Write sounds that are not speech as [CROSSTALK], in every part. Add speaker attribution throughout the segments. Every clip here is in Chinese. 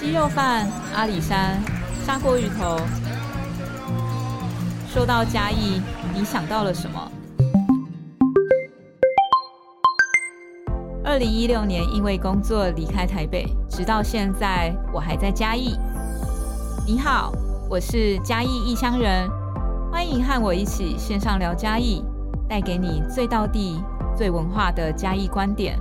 Speaker 1: 鸡肉饭、阿里山、砂锅鱼头。说到嘉义，你想到了什么？二零一六年因为工作离开台北，直到现在我还在嘉义。你好，我是嘉义异乡人，欢迎和我一起线上聊嘉义，带给你最道地、最文化的嘉义观点。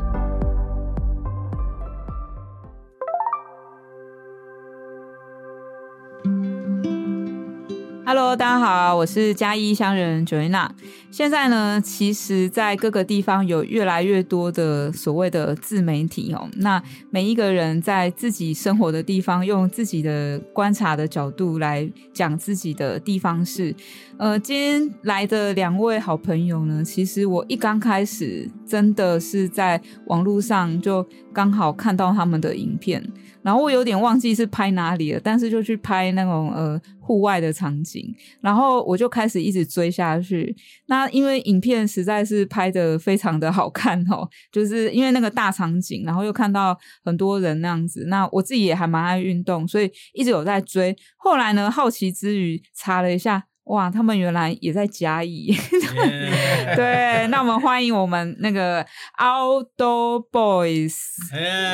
Speaker 1: Hello，大家好，我是嘉义乡人 Joanna。现在呢，其实，在各个地方有越来越多的所谓的自媒体哦。那每一个人在自己生活的地方，用自己的观察的角度来讲自己的地方事。呃，今天来的两位好朋友呢，其实我一刚开始真的是在网络上就刚好看到他们的影片。然后我有点忘记是拍哪里了，但是就去拍那种呃户外的场景，然后我就开始一直追下去。那因为影片实在是拍的非常的好看哦， [LAUGHS] 就是因为那个大场景，然后又看到很多人那样子。那我自己也还蛮爱运动，所以一直有在追。后来呢，好奇之余查了一下。哇，他们原来也在嘉义， [LAUGHS]
Speaker 2: [LAUGHS]
Speaker 1: 对，那我们欢迎我们那个 Outdoor Boys，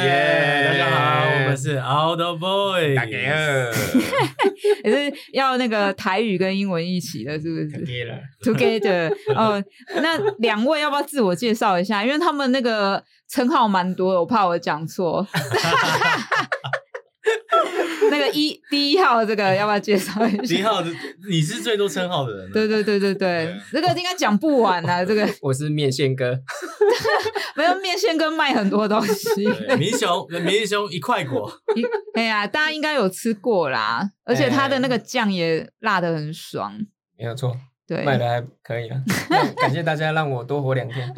Speaker 2: 耶！大家好，我们是 Outdoor Boy，
Speaker 3: 打给二，
Speaker 1: 也是要那个台语跟英文一起的，是不
Speaker 3: 打
Speaker 1: 是
Speaker 3: 给了。
Speaker 1: ？Together，哦，那两位要不要自我介绍一下？因为他们那个称号蛮多的，我怕我讲错。 [LAUGHS] 那个一第一号这个要不要介绍 [LAUGHS] 一
Speaker 2: 你
Speaker 1: 下？
Speaker 2: 好，你是最多称号的人了。啊
Speaker 1: 对对对对对，这个应该讲不完啊，这个
Speaker 4: 我是面线哥，
Speaker 1: 没有面线跟卖很多东西。 [LAUGHS]
Speaker 2: 对，民雄，民雄一块果，
Speaker 1: 哎呀，大家应该有吃过啦，而且它的那个酱也辣的很爽。
Speaker 4: 没有错，
Speaker 1: 对，
Speaker 4: 卖的还可 [LAUGHS] 以了。那感谢大家让我多活两 [LAUGHS] 天。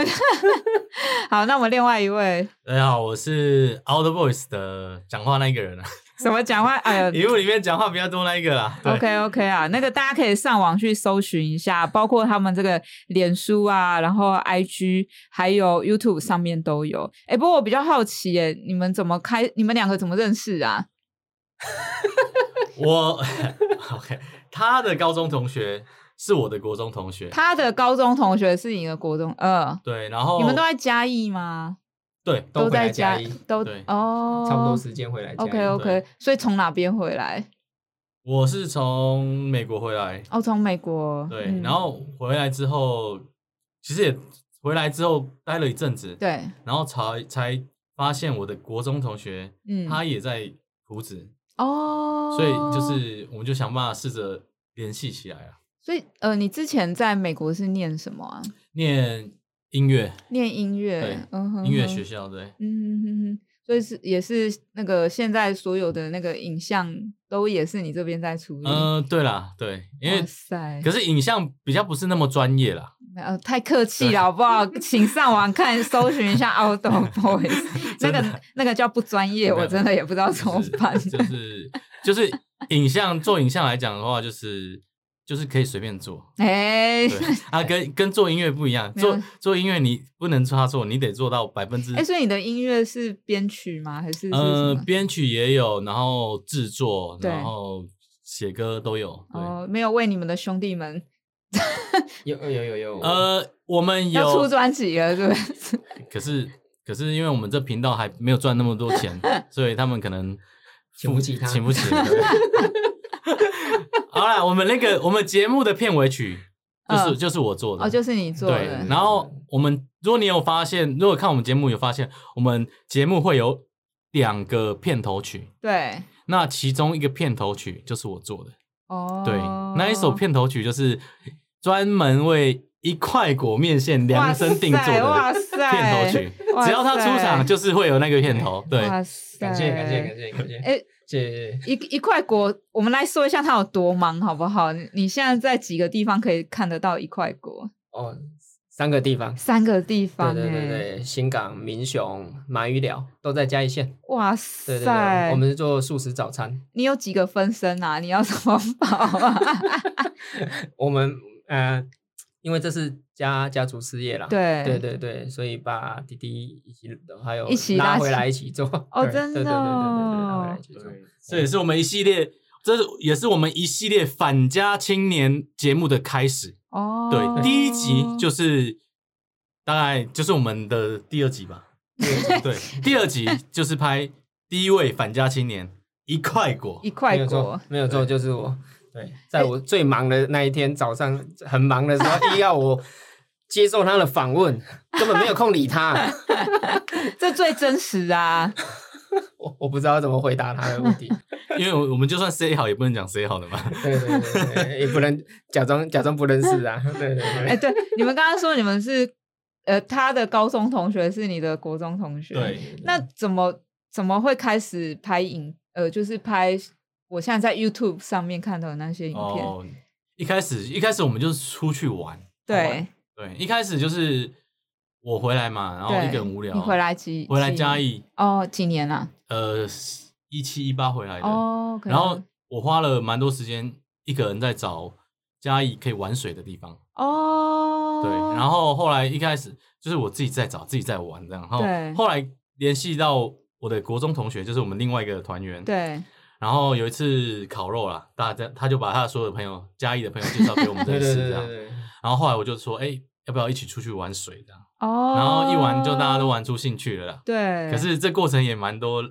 Speaker 1: 好，那我们另外一位
Speaker 2: 大家好，我是 Out Voice 的讲话那一个人啊，
Speaker 1: 什么讲话？哎呀，
Speaker 2: 荧幕里面讲话比较多那一个啦。对
Speaker 1: OK OK 啊，那个大家可以上网去搜寻一下，包括他们这个脸书啊，然后 IG 还有 YouTube 上面都有。哎、不过我比较好奇、耶，你们怎么开？你们两个怎么认识啊？
Speaker 2: 我 [LAUGHS] OK，他的高中同学是我的国中同学，
Speaker 1: 他的高中同学是你的国中，呃，
Speaker 2: 对，然后
Speaker 1: 你们都在嘉义吗？
Speaker 2: 对
Speaker 4: 都回
Speaker 1: 在
Speaker 4: 来嘉
Speaker 1: 嘉
Speaker 4: 义，
Speaker 1: 都
Speaker 2: 对
Speaker 1: 哦，
Speaker 4: 差不多时间回来嘉义。
Speaker 1: OK OK，所以从哪边回来？
Speaker 2: 我是从美国回来，
Speaker 1: 哦，从美国。
Speaker 2: 对，
Speaker 1: 嗯
Speaker 2: 然后回来之后，其实也回来之后待了一阵子，
Speaker 1: 对，
Speaker 2: 然后才才发现我的国中同学
Speaker 1: 嗯，
Speaker 2: 他也在埔子，
Speaker 1: 哦，
Speaker 2: 所以就是我们就想办法试着联系起来啊，
Speaker 1: 所以呃，你之前在美国是念什么啊？
Speaker 2: 念音乐
Speaker 1: 念音乐
Speaker 2: 对，
Speaker 1: 嗯哼
Speaker 2: 音乐
Speaker 1: 哼
Speaker 2: 学校对，
Speaker 1: 嗯哼哼哼，所以是也是那个现在所有的那个影像都也是你这边在处理。
Speaker 2: 嗯对啦对，因
Speaker 1: 哇
Speaker 2: 为
Speaker 1: 塞
Speaker 2: 可，是影像比较不是那么专业啦，
Speaker 1: 呃，太客气了好不好？ [LAUGHS] 请上网看搜寻一下
Speaker 2: [LAUGHS]
Speaker 1: Outdoor Boys，那
Speaker 2: 真的
Speaker 1: 个那个叫不专业，
Speaker 2: 没有
Speaker 1: 我真的也不知道怎么
Speaker 2: 就是
Speaker 1: 办。
Speaker 2: 就是就是影像做影像来讲的话，就是就是可以随便做。
Speaker 1: 哎 [LAUGHS]
Speaker 2: 对啊，跟跟做音乐不一样，
Speaker 1: 没有
Speaker 2: 做做音乐你不能差错，你得做到百分之
Speaker 1: 哎，所以你的音乐是编曲吗？还是是什
Speaker 2: 呃，
Speaker 1: 么？
Speaker 2: 编曲也有，然后制作，
Speaker 1: 对
Speaker 2: 然后写歌都有。对，
Speaker 1: 哦，没有为你们的兄弟们
Speaker 4: 有有有有，
Speaker 2: 呃，我们
Speaker 1: 要出
Speaker 2: 有，
Speaker 1: 专辑了，是不是？ [LAUGHS]
Speaker 2: 可是可是因为我们这频道还没有赚那么多
Speaker 1: [LAUGHS]
Speaker 2: 钱，所以他们可能
Speaker 4: [LAUGHS] 请不起他
Speaker 2: 请不
Speaker 4: [LAUGHS]
Speaker 2: 起。对好啦，我们那个我们节目的片尾曲就是
Speaker 1: 嗯
Speaker 2: 就是我做的，
Speaker 1: 哦，就是你做
Speaker 2: 对
Speaker 1: 的。。
Speaker 2: 然
Speaker 4: 嗯
Speaker 2: 后我们如果你有发现，如果看我们节目有发现，我们节目会有两个片头曲，
Speaker 1: 对，
Speaker 2: 那其中一个片头曲就是我做的。
Speaker 1: 哦，
Speaker 2: 对，那一首片头曲就是专门为一块果面线量身定做
Speaker 1: 哇
Speaker 2: 的
Speaker 1: 塞，
Speaker 2: [LAUGHS] 片头曲，只要他出场
Speaker 1: 就
Speaker 2: 就是会有那个片头。对，
Speaker 1: 哇塞，
Speaker 4: 感谢感谢感。谢感谢，
Speaker 1: 哎
Speaker 4: 谢谢谢谢。
Speaker 1: 一一块果，我们来说一下它有多忙，好不好？你你现在在几个地方可以看得到一块果？
Speaker 4: 哦，三个地方，嗯
Speaker 1: 三个地方、
Speaker 4: 对
Speaker 1: 欸，
Speaker 4: 对对对，新港、民雄、马语寮都在嘉义县。
Speaker 1: 哇
Speaker 4: 对
Speaker 1: 塞！
Speaker 4: 对对，我们是做素食早餐，
Speaker 1: 你有几个
Speaker 4: [LAUGHS]
Speaker 1: 分身啊？你要怎么保啊？
Speaker 4: 我们呃。因为这是家家族事业啦。
Speaker 1: 对
Speaker 4: 对对对，所以把弟弟一起还有
Speaker 1: 一起
Speaker 4: 拉
Speaker 1: 拉
Speaker 4: 回
Speaker 1: 起
Speaker 4: 来一起做。
Speaker 1: 哦
Speaker 4: 对
Speaker 1: 真的
Speaker 4: 对对对对对对，拉
Speaker 1: 哦
Speaker 4: 回来一起做。
Speaker 2: 这也是我们一系列，这是也是我们一系列反家青年节目的开始。
Speaker 1: 哦，
Speaker 2: 对，第一集就是大概就是我们的第二集吧。
Speaker 1: [LAUGHS]
Speaker 2: 对，第二集就是拍第一位反家青年一块果
Speaker 1: 一
Speaker 4: 没
Speaker 1: 块
Speaker 4: 有错
Speaker 1: 果，，
Speaker 4: 没有
Speaker 2: 对
Speaker 4: 错，就是我。对，在我最忙的那一天早上，很忙的时候，硬要我接受他的访问，根本没有空理他。
Speaker 1: 这最真实啊！
Speaker 4: 我我不知道怎么回答他的问题。
Speaker 2: 因为我我们就算 say 好，也不能讲 say 好的嘛。
Speaker 4: 对对对对，也不能假装假装不认识啊。对对
Speaker 1: 哎、
Speaker 4: 对，
Speaker 1: 对，你们刚刚说你们是呃，他的高中同学是你的国中同学，，
Speaker 2: 对，
Speaker 1: 那怎么怎么会开始拍影？呃，就是拍我现在在 YouTube 上面看到的那些影片，
Speaker 2: 哦，一开始一开始我们就是出去玩，
Speaker 1: 对，
Speaker 2: 对，一开始就是我回来嘛，然后
Speaker 1: 对
Speaker 2: 一个人无聊，
Speaker 1: 你回来几
Speaker 2: 回来
Speaker 1: 几
Speaker 2: 嘉义，
Speaker 1: 哦，几年啊？
Speaker 2: 呃，一七一八回来的，
Speaker 1: 哦，可
Speaker 2: 然
Speaker 1: 能
Speaker 2: 后我花了蛮多时间一个人在找嘉义可以玩水的地方，
Speaker 1: 哦，
Speaker 2: 对，然后后来一开始就是我自己在找，自己在玩这样，然后
Speaker 1: 对
Speaker 2: 后来联系到我的国中同学，就是我们另外一个团员，，
Speaker 1: 对
Speaker 2: 然后有一次烤肉啦，大家他就把他所有的朋友嘉义的朋友介绍给我们认
Speaker 4: 对
Speaker 1: [LAUGHS]
Speaker 4: 对
Speaker 2: 识
Speaker 4: 对
Speaker 2: 这样
Speaker 4: 对，对。
Speaker 2: 然后后来我就说，哎、要不要一起出去玩水这样？
Speaker 1: 哦，
Speaker 2: 然后一玩就大家都玩出兴趣了啦。
Speaker 1: 对，
Speaker 2: 可是这过程也蛮多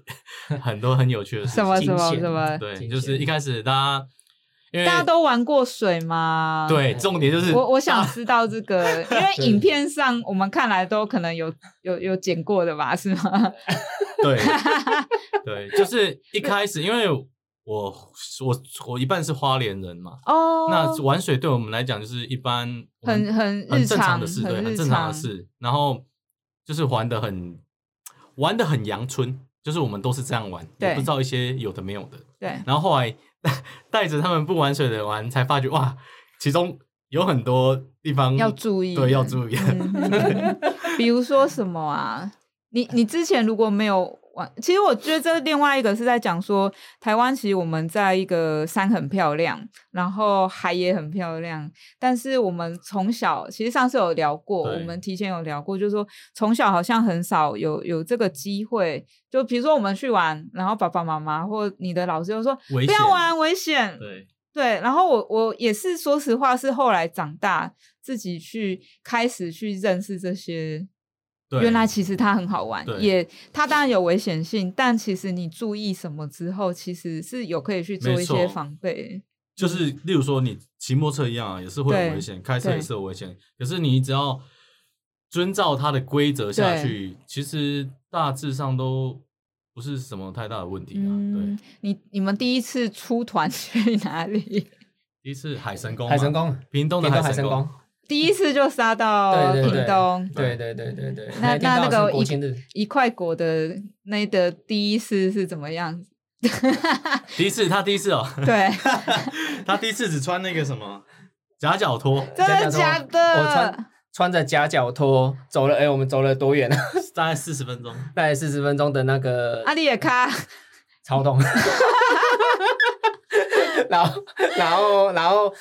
Speaker 2: 很多很有趣的事情，
Speaker 1: 什么什
Speaker 4: 惊
Speaker 1: 么
Speaker 4: 险
Speaker 1: 什么，
Speaker 2: 对，
Speaker 4: 金
Speaker 2: 就是
Speaker 4: 钱
Speaker 2: 一开始大家，因为
Speaker 1: 大家都玩过水吗？。
Speaker 2: 对，重点就是
Speaker 1: 我我想知道这个，因为影片上我们看来都可能有有有剪过的吧，是吗？
Speaker 2: [LAUGHS]
Speaker 1: [LAUGHS]
Speaker 2: 对对，就是一开始，因为我我我一半是花莲人嘛，
Speaker 1: 哦，
Speaker 2: 那玩水对我们来讲就是一般我们
Speaker 1: 很很
Speaker 2: 很
Speaker 1: 日
Speaker 2: 正常
Speaker 1: 常
Speaker 2: 的事，对，
Speaker 1: 很
Speaker 2: 很
Speaker 1: 日
Speaker 2: 正常的事。然后就是玩的很玩的很阳春，就是我们都是这样玩，
Speaker 1: 对
Speaker 2: 也不知道一些有的没有的。
Speaker 1: 对，
Speaker 2: 然后后来 [LAUGHS] 带着他们不玩水的玩，才发觉哇，其中有很多地方
Speaker 1: 要注意，
Speaker 2: 嗯对，要注意。
Speaker 1: 嗯比如说什么啊？你你之前如果没有玩，其实我觉得这另外一个是在讲说，台湾其实我们在一个山很漂亮，然后海也很漂亮，但是我们从小其实上次有聊过，
Speaker 2: 对
Speaker 1: 我们提前有聊过，就是说从小好像很少有有这个机会，就比如说我们去玩，然后爸爸妈妈或你的老师就说
Speaker 2: 危
Speaker 1: 不要
Speaker 2: 险
Speaker 1: 玩，危险，
Speaker 2: 对，
Speaker 1: 对，然后我我也是，说实话是后来长大自己去开始去认识这些，
Speaker 2: 对
Speaker 1: 原来其实它很好玩，
Speaker 2: 对
Speaker 1: 也它当然有危险性，但其实你注意什么之后，其实是有可以去做
Speaker 2: 没
Speaker 1: 一些
Speaker 2: 错
Speaker 1: 防备。
Speaker 2: 就是例如说你骑摩托车一样啊，也是会
Speaker 1: 对
Speaker 2: 有危险，开车也
Speaker 1: 对
Speaker 2: 是有危险。可是你只要遵照它的规则下
Speaker 1: 对
Speaker 2: 去，其实大致上都不是什么太大的问题啊。
Speaker 1: 嗯
Speaker 2: 对，，
Speaker 1: 你你们第一次出团 [LAUGHS] 去哪里？
Speaker 2: 第一次海神啊宫嘛，
Speaker 4: 海神宫，
Speaker 2: 屏东的
Speaker 4: 屏东
Speaker 2: 海神
Speaker 4: 宫
Speaker 2: 宫，，
Speaker 1: 第一次就杀到
Speaker 4: 对对
Speaker 1: 屏
Speaker 4: 对
Speaker 1: 东，
Speaker 4: 对对对对对。
Speaker 1: 那那
Speaker 4: 一天刚好
Speaker 1: 那个
Speaker 4: 是国
Speaker 1: 一
Speaker 4: 庆日，
Speaker 1: 一块果的那的第一次是怎么样？
Speaker 2: 第一次他第一次哦，
Speaker 1: 对，
Speaker 2: [LAUGHS] 他第一次只穿那个什么夹脚拖，
Speaker 1: 真的
Speaker 4: 真的说
Speaker 1: 假
Speaker 4: 我
Speaker 1: 的
Speaker 4: 穿？穿着夹脚拖走了，哎、我们走了多远啊？ [LAUGHS]
Speaker 2: 大概四十分钟。
Speaker 4: 大概四十分钟的那个
Speaker 1: 阿丽啊也卡。
Speaker 4: 超动， [LAUGHS] 然后然后然后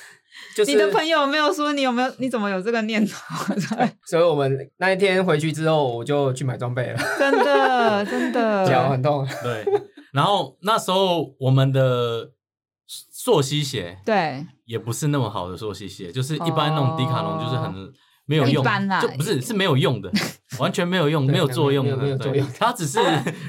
Speaker 4: 就是
Speaker 1: 你的朋友有没有说你有没有你怎么有这个念头？ [LAUGHS]
Speaker 4: 所以我们那一天回去之后，我就去买装备了，
Speaker 1: 真的真
Speaker 4: 脚
Speaker 1: 的，
Speaker 4: 很痛。
Speaker 2: 对，然后那时候我们的溯溪鞋
Speaker 1: 对
Speaker 2: 也不是那么好的溯溪鞋，就是一般那种迪卡侬就是很没有用，
Speaker 1: 一般啦
Speaker 2: 就不是是没有用的，完全没有用，
Speaker 4: 对
Speaker 2: 没有作用的，
Speaker 4: 没有没有
Speaker 2: 对
Speaker 4: 作用
Speaker 2: 它只是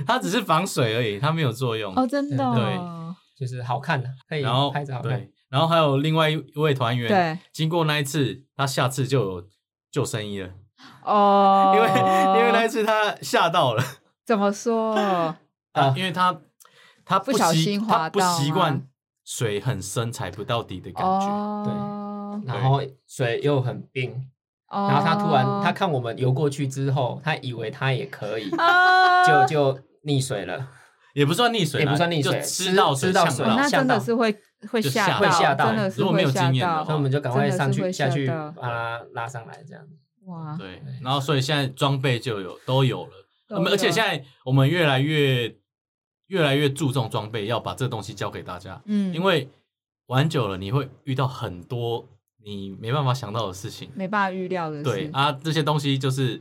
Speaker 2: 它只是防水而已，它没有作用。
Speaker 1: 哦，真的哦
Speaker 4: 就是好看的，可以
Speaker 2: 然后
Speaker 4: 拍着好看。
Speaker 2: 对，然后还有另外一位团员，
Speaker 1: 对
Speaker 2: 经过那一次，他下次就有救生衣了，
Speaker 1: 哦，
Speaker 2: 因为因为那一次他吓到了，
Speaker 1: 怎么说？
Speaker 2: 啊
Speaker 4: 啊，
Speaker 2: [LAUGHS] 因为他他
Speaker 1: 不小
Speaker 2: 习
Speaker 1: 心滑
Speaker 2: 他不
Speaker 1: 到
Speaker 2: 习
Speaker 1: 吗
Speaker 2: 惯水很深踩不到底的感觉，
Speaker 1: 哦，
Speaker 4: 然后水又很冰，
Speaker 1: 哦
Speaker 4: 然后他突然他看我们游过去之后，他以为他也可以，
Speaker 1: 啊，
Speaker 4: 就就溺水了，
Speaker 2: 也不算溺水啦，
Speaker 4: 也不算溺水
Speaker 2: 就吃到
Speaker 4: 吃到
Speaker 2: 呛
Speaker 4: 水
Speaker 1: 哦
Speaker 2: 到
Speaker 1: 那真的是会会
Speaker 2: 就
Speaker 1: 吓
Speaker 2: 吓
Speaker 1: 到，
Speaker 4: 到会吓到
Speaker 1: 真的是
Speaker 2: 如果没有
Speaker 1: 会吓
Speaker 2: 经验的
Speaker 1: 到
Speaker 4: 所以我们就赶快上
Speaker 1: 真的
Speaker 4: 去
Speaker 1: 是
Speaker 4: 下
Speaker 1: 会
Speaker 4: 去
Speaker 1: 吓到
Speaker 4: 把他拉上来，这样。
Speaker 1: 哇，
Speaker 2: 对，然后所以现在装备就有都有了，
Speaker 1: 都
Speaker 2: 我们而且
Speaker 1: 有
Speaker 2: 现在我们越来越越来越注重装备，要把这东西交给大家，
Speaker 1: 嗯，
Speaker 2: 因为玩久了你会遇到很多你没办法想到的事情。
Speaker 1: 没办法预料的
Speaker 2: 对
Speaker 1: 事。
Speaker 2: 啊，这些东西就是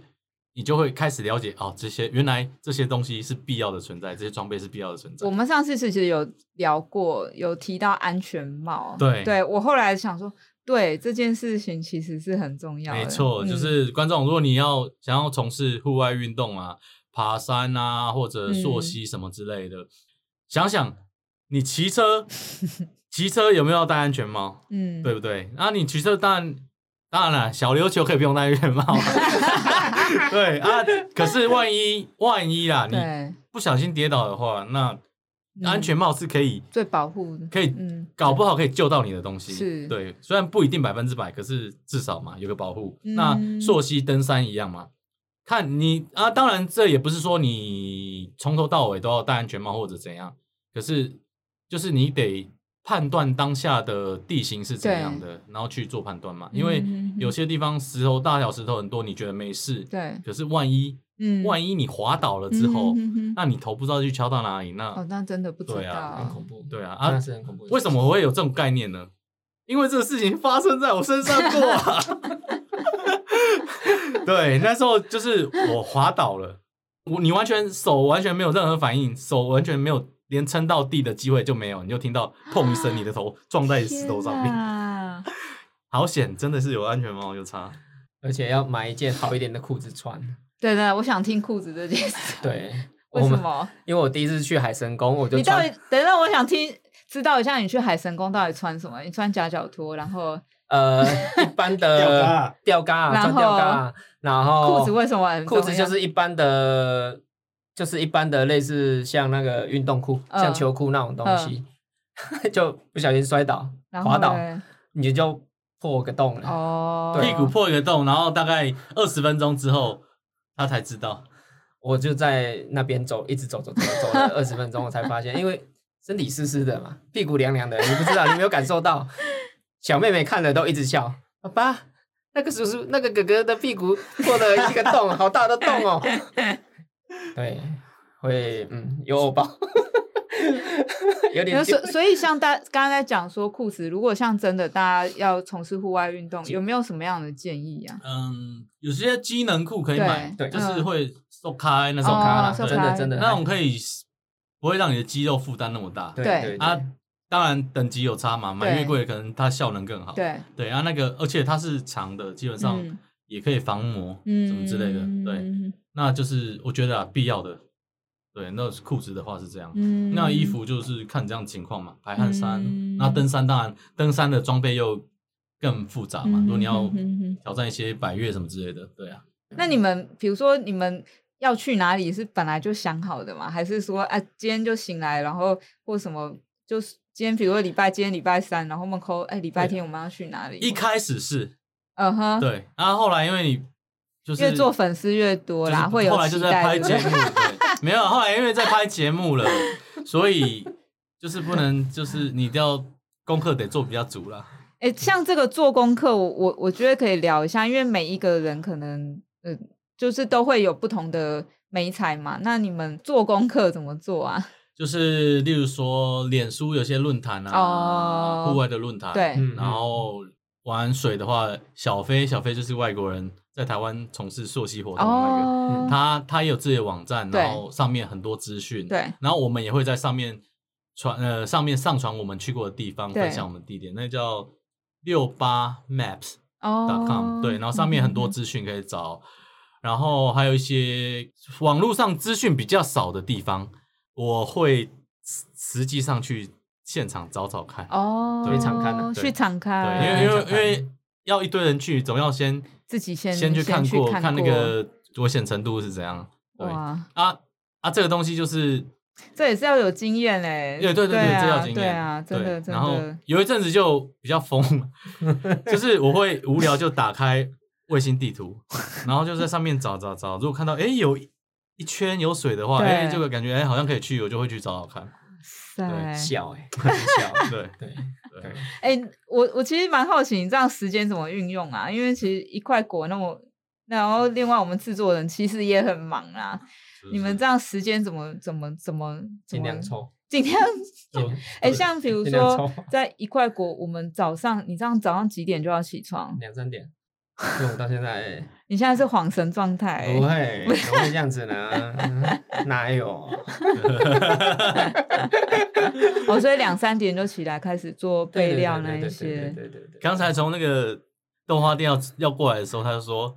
Speaker 2: 你就会开始了解哦，这些原来这些东西是必要的存在，这些装备是必要的存在
Speaker 1: 我。们上次其实有聊过，有提到安全帽。
Speaker 2: 对
Speaker 1: 对我后来想说，对这件事情其实是很重要的。
Speaker 2: 没错，
Speaker 1: 嗯
Speaker 2: 就是观众，如果你要想要从事户外运动啊，爬山啊，或者
Speaker 1: 嗯
Speaker 2: 溯溪什么之类的，想想你骑
Speaker 1: [LAUGHS]
Speaker 2: 车，骑车有没有戴安全帽？
Speaker 1: 嗯，
Speaker 2: 对不对？啊，你骑车当然当然了，小琉球可以不用戴安全帽，啊 [LAUGHS] 对啊。可是万一万一啦，你
Speaker 1: 对，
Speaker 2: 不小心跌倒的话，那
Speaker 1: 嗯
Speaker 2: 安全帽是可以、
Speaker 1: 最保护的。
Speaker 2: 可以
Speaker 1: 嗯
Speaker 2: 搞不好可以救到你的东西。
Speaker 1: 是
Speaker 2: 对，虽然不一定百分之百，可是至少嘛有个保护。
Speaker 1: 嗯
Speaker 2: 那溯溪登山一样嘛，看你啊，当然这也不是说你从头到尾都要戴安全帽或者怎样，可是就是你得判断当下的地形是怎样的，然后去做判断嘛。因为
Speaker 1: 嗯嗯嗯
Speaker 2: 有些地方石头大小石头很多，你觉得没事，
Speaker 1: 对，
Speaker 2: 可是万一
Speaker 1: 嗯，
Speaker 2: 万一你滑倒了之后，
Speaker 1: 嗯哼哼哼
Speaker 2: 那你头不知道去敲到哪里，那、
Speaker 1: 哦，那真的不知
Speaker 2: 对
Speaker 1: 道。
Speaker 2: 啊
Speaker 4: 很恐怖。
Speaker 2: 对啊啊
Speaker 4: 真的是很恐怖。
Speaker 2: 为什么我会有这种概念呢？因为这个事情发生在我身上过啊。对，那时候就是我滑倒了，我你完全手完全没有任何反应，手完全没有连撑到地的机会就没有，你就听到砰一声，你的头撞在石头上
Speaker 1: 天
Speaker 2: 面，
Speaker 1: 哪
Speaker 2: 好险，真的是有安全帽有差。
Speaker 4: 而且要买一件好一点的裤子穿。
Speaker 1: 对对，我想听裤子这件事。
Speaker 2: [LAUGHS]
Speaker 4: 对，
Speaker 1: [LAUGHS] 为
Speaker 4: 我
Speaker 1: 什
Speaker 4: 们？
Speaker 1: 么？
Speaker 4: 因为我第一次去海神宫，我就
Speaker 1: 你到
Speaker 4: 穿
Speaker 1: 底等一下，我想听知道一下你去海神宫到底穿什么？你穿夹脚拖，然后
Speaker 4: 呃一般的吊嘎啊，
Speaker 1: 然
Speaker 4: 穿
Speaker 1: 后
Speaker 4: 吊嘎啊，然后
Speaker 1: 裤子为什么很重
Speaker 4: 裤
Speaker 1: 要
Speaker 4: 子就是一般的，就是一般的类似像那个运动裤、
Speaker 1: 嗯
Speaker 4: 像球裤那种东西， [LAUGHS] 就不小心摔倒、
Speaker 1: 然后
Speaker 4: 滑
Speaker 2: [LAUGHS]
Speaker 4: 倒，
Speaker 1: 嘞
Speaker 4: 你就破个洞了。
Speaker 1: 哦，
Speaker 4: 对
Speaker 2: 屁股破一个洞，然后大概二十分钟之后，他才知道。
Speaker 4: 我就在那边走，一直走走走走了二十分钟，我才发现，因为身体湿湿的嘛，屁股凉凉的，你不知道，你没有感受到。小妹妹看了都一直笑，爸爸，那个叔叔那个哥哥的屁股破了一个洞，好大的洞哦。对，会嗯有偶包，有
Speaker 1: 那
Speaker 4: 点
Speaker 1: 所所以像大刚刚在讲说裤子，如果像真的大家要从事户外运动，有没有什么样的建议啊？
Speaker 2: 嗯，有些机能裤可以
Speaker 1: 对
Speaker 2: 买，
Speaker 4: 对哦
Speaker 2: 就是会受开
Speaker 1: 那
Speaker 2: 那种
Speaker 4: 手
Speaker 2: 哦卡
Speaker 4: 咖
Speaker 2: 啦
Speaker 4: 啦，
Speaker 2: 对
Speaker 4: 手真的真的
Speaker 2: 那种可以不会让你的肌肉负担那么大。
Speaker 4: 对
Speaker 1: 对
Speaker 4: 对
Speaker 2: 啊，当然等级有差嘛，买
Speaker 1: 对
Speaker 2: 越贵的可能它效能更好。
Speaker 1: 对，
Speaker 2: 对啊，那个而且它是长的，基本上
Speaker 1: 嗯
Speaker 2: 也可以防磨，
Speaker 1: 嗯，
Speaker 2: 什么之类的。对，
Speaker 1: 嗯，
Speaker 2: 那就是我觉得啊，必要的。对，那裤子的话是这样，
Speaker 1: 嗯
Speaker 2: 那衣服就是看这样情况嘛，排汗衫。
Speaker 1: 嗯
Speaker 2: 那登山当然，登山的装备又更复杂啊嘛，
Speaker 1: 嗯
Speaker 2: 如果你要
Speaker 1: 嗯嗯嗯
Speaker 2: 挑战一些百越什么之类的，对啊。
Speaker 1: 那你们比如说你们要去哪里是本来就想好的吗？还是说啊今天就醒来，然后或什么就是今天比如说礼拜今天礼拜三，然后我们扣哎礼拜天我们要去哪里？
Speaker 2: 一开始是
Speaker 1: 嗯哼，
Speaker 2: 对，然后后来因为你就是
Speaker 1: 越做粉丝越多啦，
Speaker 2: 就是
Speaker 1: 会有
Speaker 2: 后来就
Speaker 1: 期
Speaker 2: 在
Speaker 1: 待
Speaker 2: 拍
Speaker 1: 对不
Speaker 2: 节
Speaker 1: 对
Speaker 2: 目，对，没有，后来因为在拍节目了，所以就是不能，就是你一定要功课得做比较足啦。
Speaker 1: 哎、像这个做功课，我我我觉得可以聊一下，因为每一个人可能呃，就是都会有不同的美彩嘛。那你们做功课怎么做啊？
Speaker 2: 就是例如说，脸书有些论坛啊，
Speaker 1: 哦
Speaker 2: 户外的论坛，，
Speaker 1: 对，
Speaker 4: 嗯
Speaker 2: 然后玩水的话，小飞，小飞就是外国人在台湾从事溯溪活动的那个，嗯
Speaker 1: 哦，
Speaker 2: 他他也有自己的网站，
Speaker 1: 对
Speaker 2: 然后上面很多资讯，
Speaker 1: 对，
Speaker 2: 然后我们也会在上面传呃上面上传我们去过的地方，
Speaker 1: 对
Speaker 2: 分享我们地点，那叫六八 maps
Speaker 1: 哦嗯
Speaker 2: com、对，然后上面很多资讯可以找，然后还有一些网络上资讯比较少的地方，我会实实际上去现场找找看，
Speaker 1: 哦，
Speaker 2: 对
Speaker 4: 敞开的
Speaker 2: 对
Speaker 1: 去敞开，
Speaker 2: 对，因为因为
Speaker 4: 想
Speaker 2: 因
Speaker 4: 看
Speaker 2: 为要一堆人去，总要先
Speaker 1: 自己先
Speaker 2: 先去看过
Speaker 1: 看
Speaker 2: 那个危险程度是怎样，对
Speaker 1: 哇，
Speaker 2: 啊啊，这个东西就是
Speaker 1: 这也是要有经验嘞，
Speaker 2: 对对对
Speaker 1: 啊
Speaker 2: 这要经验，
Speaker 1: 对啊，真的
Speaker 2: 对
Speaker 1: 真
Speaker 2: 然后
Speaker 1: 的，
Speaker 2: 有一阵子就比较疯，就是我会无聊就打开卫星地图，然后就在上面找找找，如果看到哎有一圈有水的话，
Speaker 1: 对
Speaker 2: 哎这个感觉哎好像可以去，我就会去找找看。
Speaker 1: 塞
Speaker 4: 笑哎、很笑，
Speaker 2: 对
Speaker 4: 对
Speaker 2: 对
Speaker 4: 对，
Speaker 1: 哎、我我其实蛮好奇你这样时间怎么运用啊？因为其实一块果那么，然后另外我们制作人其实也很忙啊。你们这样时间怎么怎么怎么怎
Speaker 4: 尽
Speaker 1: 么
Speaker 4: 量抽。
Speaker 1: 尽量 [LAUGHS]
Speaker 2: 就
Speaker 1: 哎、
Speaker 2: 对
Speaker 1: 像比如
Speaker 4: 尽量
Speaker 1: 说
Speaker 4: 抽
Speaker 1: 在一块国，我们早上你这样早上几点就要起床？
Speaker 4: 两三点，因为我到现在
Speaker 1: 你现在
Speaker 4: 嗯
Speaker 1: 是恍神状态、
Speaker 4: 不会，怎么会这样子呢？哪有？
Speaker 1: 哦，所以两三点就起来开始做备料那
Speaker 4: 对
Speaker 1: 一
Speaker 4: 对
Speaker 1: 些
Speaker 4: 对对对。对对对对
Speaker 2: 刚才从那个豆花店要要过来的时候，他就说：“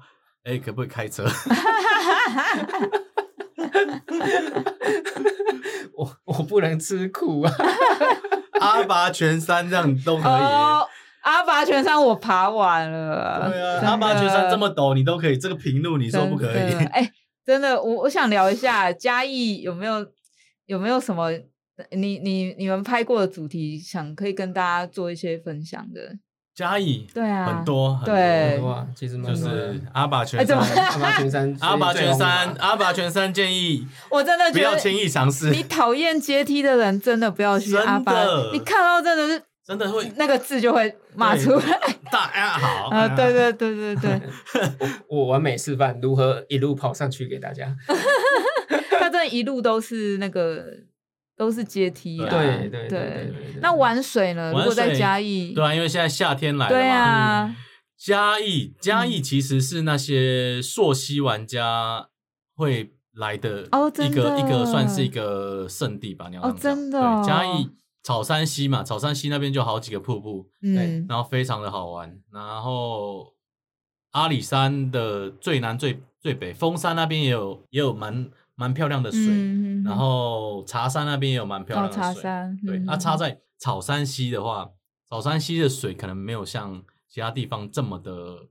Speaker 2: 哎、可不可以开车 [LAUGHS]
Speaker 4: 我我不能吃苦啊！
Speaker 2: 阿拔全山这样都可以？”
Speaker 1: 哦，阿拔全山我爬完了，
Speaker 2: 对
Speaker 1: 真
Speaker 2: 啊，
Speaker 1: 的
Speaker 2: 阿拔全山这么陡，你都可以，这个平路你说不可以 [LAUGHS]
Speaker 1: 真的？哎、真的，我我想聊一下嘉义有没有有没有什么你你你们拍过的主题，想可以跟大家做一些分享的。嘉
Speaker 2: 义
Speaker 1: 对啊，
Speaker 2: 很多很多
Speaker 1: 对
Speaker 4: 哇，其实蛮
Speaker 2: 就
Speaker 4: 多的
Speaker 2: 是阿拔全
Speaker 1: 哎怎么
Speaker 2: 山，
Speaker 4: 阿拔全山，
Speaker 2: 阿拔全山
Speaker 4: 最，
Speaker 2: 阿拔全山建议
Speaker 1: 我真的
Speaker 2: 不
Speaker 1: 觉
Speaker 2: 要轻
Speaker 1: 得
Speaker 2: 易尝试，
Speaker 1: 你讨厌阶梯的人，真的不要去
Speaker 2: 真的
Speaker 1: 阿拔，你看到真的是
Speaker 2: 真的会
Speaker 1: 那个字就会骂出来。 [LAUGHS]
Speaker 2: 大家好
Speaker 1: 啊，对，对对对对，
Speaker 4: 红我完美示范如何一路跑上去给大家。
Speaker 1: 他这一路都是那个都是阶梯啊。
Speaker 4: 对
Speaker 1: 对
Speaker 4: 对对对。
Speaker 1: 那玩水呢？如
Speaker 2: 玩
Speaker 1: 果在
Speaker 2: 水
Speaker 1: 嘉义，
Speaker 2: 对啊，因为现在夏天来了嘛，
Speaker 1: 对啊，嗯
Speaker 2: 嘉义，嘉义其实是那些溯溪玩家会来的
Speaker 1: 哦
Speaker 2: 一
Speaker 1: 真
Speaker 2: 个、
Speaker 1: 的
Speaker 2: 一个算是一个圣地吧，你要这
Speaker 1: 哦
Speaker 2: 样讲
Speaker 1: 真的哦
Speaker 2: 对，嘉义草山溪嘛，草山溪那边就好几个瀑布，
Speaker 1: 嗯，
Speaker 2: 然后非常的好玩。然后阿里山的最南最最北，峰山那边也有也有蛮蛮漂亮的水，
Speaker 1: 嗯
Speaker 2: 然后茶山那边也有蛮漂
Speaker 1: 哦，
Speaker 2: 亮的水。
Speaker 1: 茶山，
Speaker 2: 对，啊
Speaker 1: 嗯
Speaker 2: 那、插在草山溪的话，草山溪的水可能没有像其他地方这么的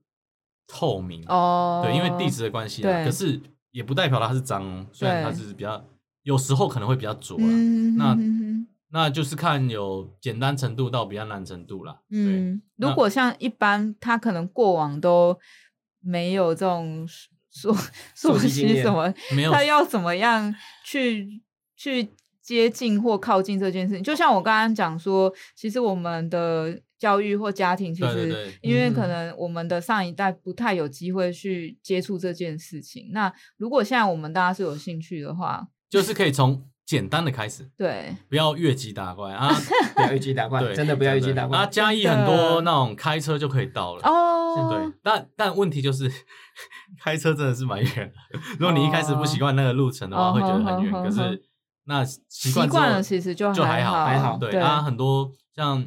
Speaker 2: 透明，
Speaker 1: 哦，
Speaker 2: 对，因为地质的关系啊。
Speaker 1: 对
Speaker 2: 可是也不代表它是脏哦，虽然它
Speaker 1: 对
Speaker 2: 是比较有时候可能会比较浊啦，
Speaker 1: 嗯，
Speaker 2: 那
Speaker 1: 嗯
Speaker 2: 那就是看有简单程度到比较难程度啦。对，
Speaker 1: 嗯，如
Speaker 2: 那
Speaker 1: 果像一般他可能过往都没有这种说说
Speaker 4: 溯溪经
Speaker 1: 些
Speaker 4: 验
Speaker 1: 什么，
Speaker 2: 没有
Speaker 1: 他要怎么样去去接近或靠近这件事情？就像我刚刚讲说，其实我们的教育或家庭，其
Speaker 2: 对对
Speaker 1: 实
Speaker 2: 对
Speaker 1: 因为可
Speaker 4: 嗯
Speaker 1: 能我们的上一代不太有机会去接触这件事情。那如果现在我们大家是有兴趣的话，
Speaker 2: 就是可以从简单的
Speaker 1: [LAUGHS]
Speaker 2: 开始，
Speaker 1: 对，
Speaker 2: 不要越级打怪啊。
Speaker 4: 不要一击打怪，
Speaker 2: 对，
Speaker 4: 真的不要一击打
Speaker 2: 啊！
Speaker 4: 怪。
Speaker 2: 嘉义
Speaker 1: 真
Speaker 2: 很
Speaker 1: 的
Speaker 2: 多那种开车就可以到了。
Speaker 1: 哦
Speaker 2: 对，，但但问题就是 [LAUGHS] 开车真的是蛮远的。 [LAUGHS] 如果你一开始不习惯那个路程的话，
Speaker 1: 哦
Speaker 2: 会觉得很远。
Speaker 1: 哦哦哦
Speaker 2: 可是那习惯
Speaker 1: 习
Speaker 2: 之后
Speaker 1: 惯了其实就
Speaker 2: 就
Speaker 1: 还
Speaker 2: 好，
Speaker 1: 好
Speaker 4: 还好
Speaker 2: 对
Speaker 1: 对
Speaker 2: 啊，很多像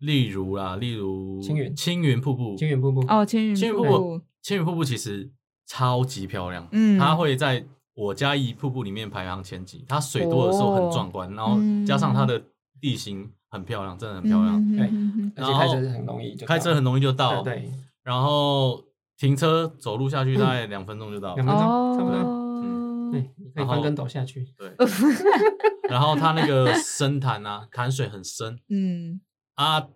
Speaker 2: 例如啦，例如
Speaker 4: 青云
Speaker 2: 青云瀑布，
Speaker 4: 金源瀑布，
Speaker 1: 哦，千云
Speaker 2: 青云
Speaker 1: 瀑
Speaker 2: 瀑布，青云瀑布其实超级漂亮，
Speaker 1: 嗯
Speaker 2: 它会在我嘉义瀑布里面排行前几。它水多的时
Speaker 1: 哦
Speaker 2: 候很壮观，然后加上它的地形很漂亮，真的很漂亮，
Speaker 1: 嗯
Speaker 4: 对
Speaker 1: 嗯嗯
Speaker 4: 而且开车很容易就到，
Speaker 2: 开车很容易就
Speaker 4: 对
Speaker 2: 到。
Speaker 4: 对，
Speaker 2: 然后停车走路下去大概两分钟就到
Speaker 4: 两
Speaker 2: 了。
Speaker 4: 分
Speaker 1: 嗯
Speaker 4: 钟
Speaker 1: 哦，
Speaker 4: 差不多。对，
Speaker 1: 多。
Speaker 4: 你可以翻跟斗下去。
Speaker 2: 对，然后它那个深潭啊，潭水很深
Speaker 1: 嗯，
Speaker 2: 啊，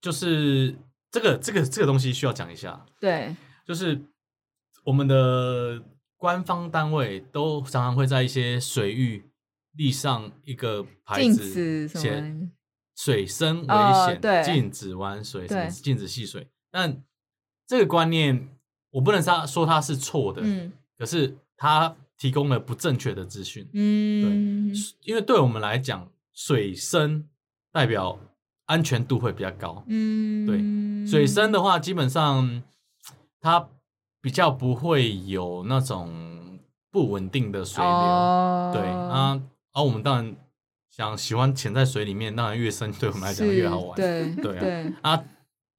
Speaker 2: 就是这个这个这个东西需要讲一下，
Speaker 1: 嗯对，
Speaker 2: 就是我们的官方单位都常常会在一些水域立上一个牌
Speaker 1: 禁
Speaker 2: 子，
Speaker 1: 止什
Speaker 2: 写
Speaker 1: 么？
Speaker 2: 水深危
Speaker 1: 哦
Speaker 2: 险，
Speaker 1: 对
Speaker 2: 禁止玩水，什么
Speaker 1: 对
Speaker 2: 禁止戏水。但这个观念，我不能说说它是错的，
Speaker 1: 嗯
Speaker 2: 可是它提供了不正确的资讯，
Speaker 1: 嗯，
Speaker 2: 因为对我们来讲，水深代表安全度会比较高。
Speaker 1: 嗯，
Speaker 2: 水深的话，基本上它比较不会有那种不稳定的水流。
Speaker 1: 哦，
Speaker 2: 对啊，啊，我们当然想喜欢潜在水里面，当然越深对我们来讲
Speaker 1: 是
Speaker 2: 越好玩。
Speaker 1: 对
Speaker 2: 对啊
Speaker 1: 对，
Speaker 2: 啊，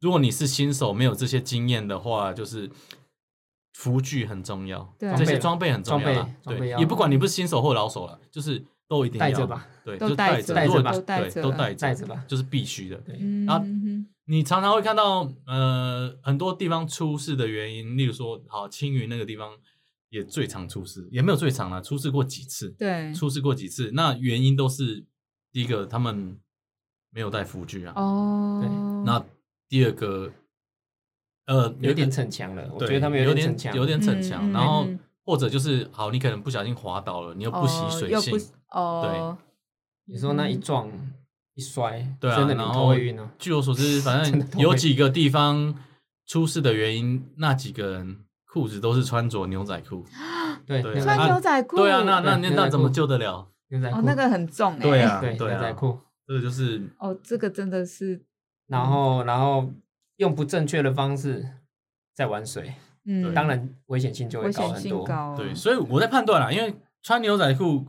Speaker 2: 如果你是新手，没有这些经验的话，就是服具很重要，
Speaker 1: 对
Speaker 2: 这些装备很重要啦
Speaker 4: 装备装备
Speaker 2: 对，
Speaker 4: 要
Speaker 2: 也不管你不是新手或老手了，就是都一定要
Speaker 4: 带着吧，
Speaker 2: 对，
Speaker 1: 都
Speaker 2: 就
Speaker 1: 带
Speaker 2: 带
Speaker 1: 着
Speaker 2: 如果
Speaker 4: 都
Speaker 1: 带
Speaker 2: 对
Speaker 1: 着
Speaker 2: 都带着，
Speaker 4: 带着吧
Speaker 2: 就是必须的。
Speaker 4: 对
Speaker 1: 嗯
Speaker 2: 啊你常常会看到，呃，很多地方出事的原因，例如说，好青云那个地方也最常出事，也没有最常啦，出事过几次，
Speaker 1: 对，
Speaker 2: 出事过几次，那原因都是第一个他们没有带服具啊，
Speaker 1: 哦，
Speaker 2: 那第二个，呃，
Speaker 4: 有点
Speaker 2: 一个
Speaker 4: 逞强了，我
Speaker 2: 对
Speaker 4: 觉得他们
Speaker 2: 有
Speaker 4: 点逞
Speaker 2: 点
Speaker 4: 强，
Speaker 2: 有点逞强，
Speaker 1: 嗯嗯
Speaker 2: 然后
Speaker 1: 嗯哦
Speaker 2: 或者就是好，你可能不小心滑倒了，你又不习水
Speaker 1: 又
Speaker 2: 性
Speaker 1: 不，哦，
Speaker 4: 你说那一撞一摔，
Speaker 2: 对啊，
Speaker 4: 真的你
Speaker 2: 然
Speaker 4: 头
Speaker 2: 后
Speaker 4: 会晕哦。
Speaker 2: 据我所知，反
Speaker 4: 真的头
Speaker 2: 正
Speaker 4: 会
Speaker 2: 有几个地方出事的原因，那几个人裤子都是穿着牛仔裤，
Speaker 4: 对，
Speaker 2: 对
Speaker 4: 那个
Speaker 1: 穿
Speaker 2: 啊
Speaker 1: 牛仔裤，
Speaker 2: 对啊，那
Speaker 4: 对
Speaker 2: 那那
Speaker 4: 牛仔
Speaker 2: 那
Speaker 1: [LAUGHS]
Speaker 4: 裤
Speaker 2: 怎么救得了？
Speaker 4: 牛仔裤，
Speaker 1: 哦，那个很重哎、
Speaker 2: 对啊，
Speaker 4: 对
Speaker 2: 对
Speaker 4: 牛仔
Speaker 2: 啊，
Speaker 4: 裤，
Speaker 2: 这个就是
Speaker 1: 哦，这个真的是，嗯
Speaker 4: 然后然后用不正确的方式在玩水，
Speaker 1: 嗯，
Speaker 4: 当然危险性就会
Speaker 1: 危
Speaker 4: 高
Speaker 1: 险
Speaker 4: 很
Speaker 1: 性
Speaker 4: 多。
Speaker 1: 高、啊，
Speaker 2: 对，所以我在判断啦，因为穿牛仔裤，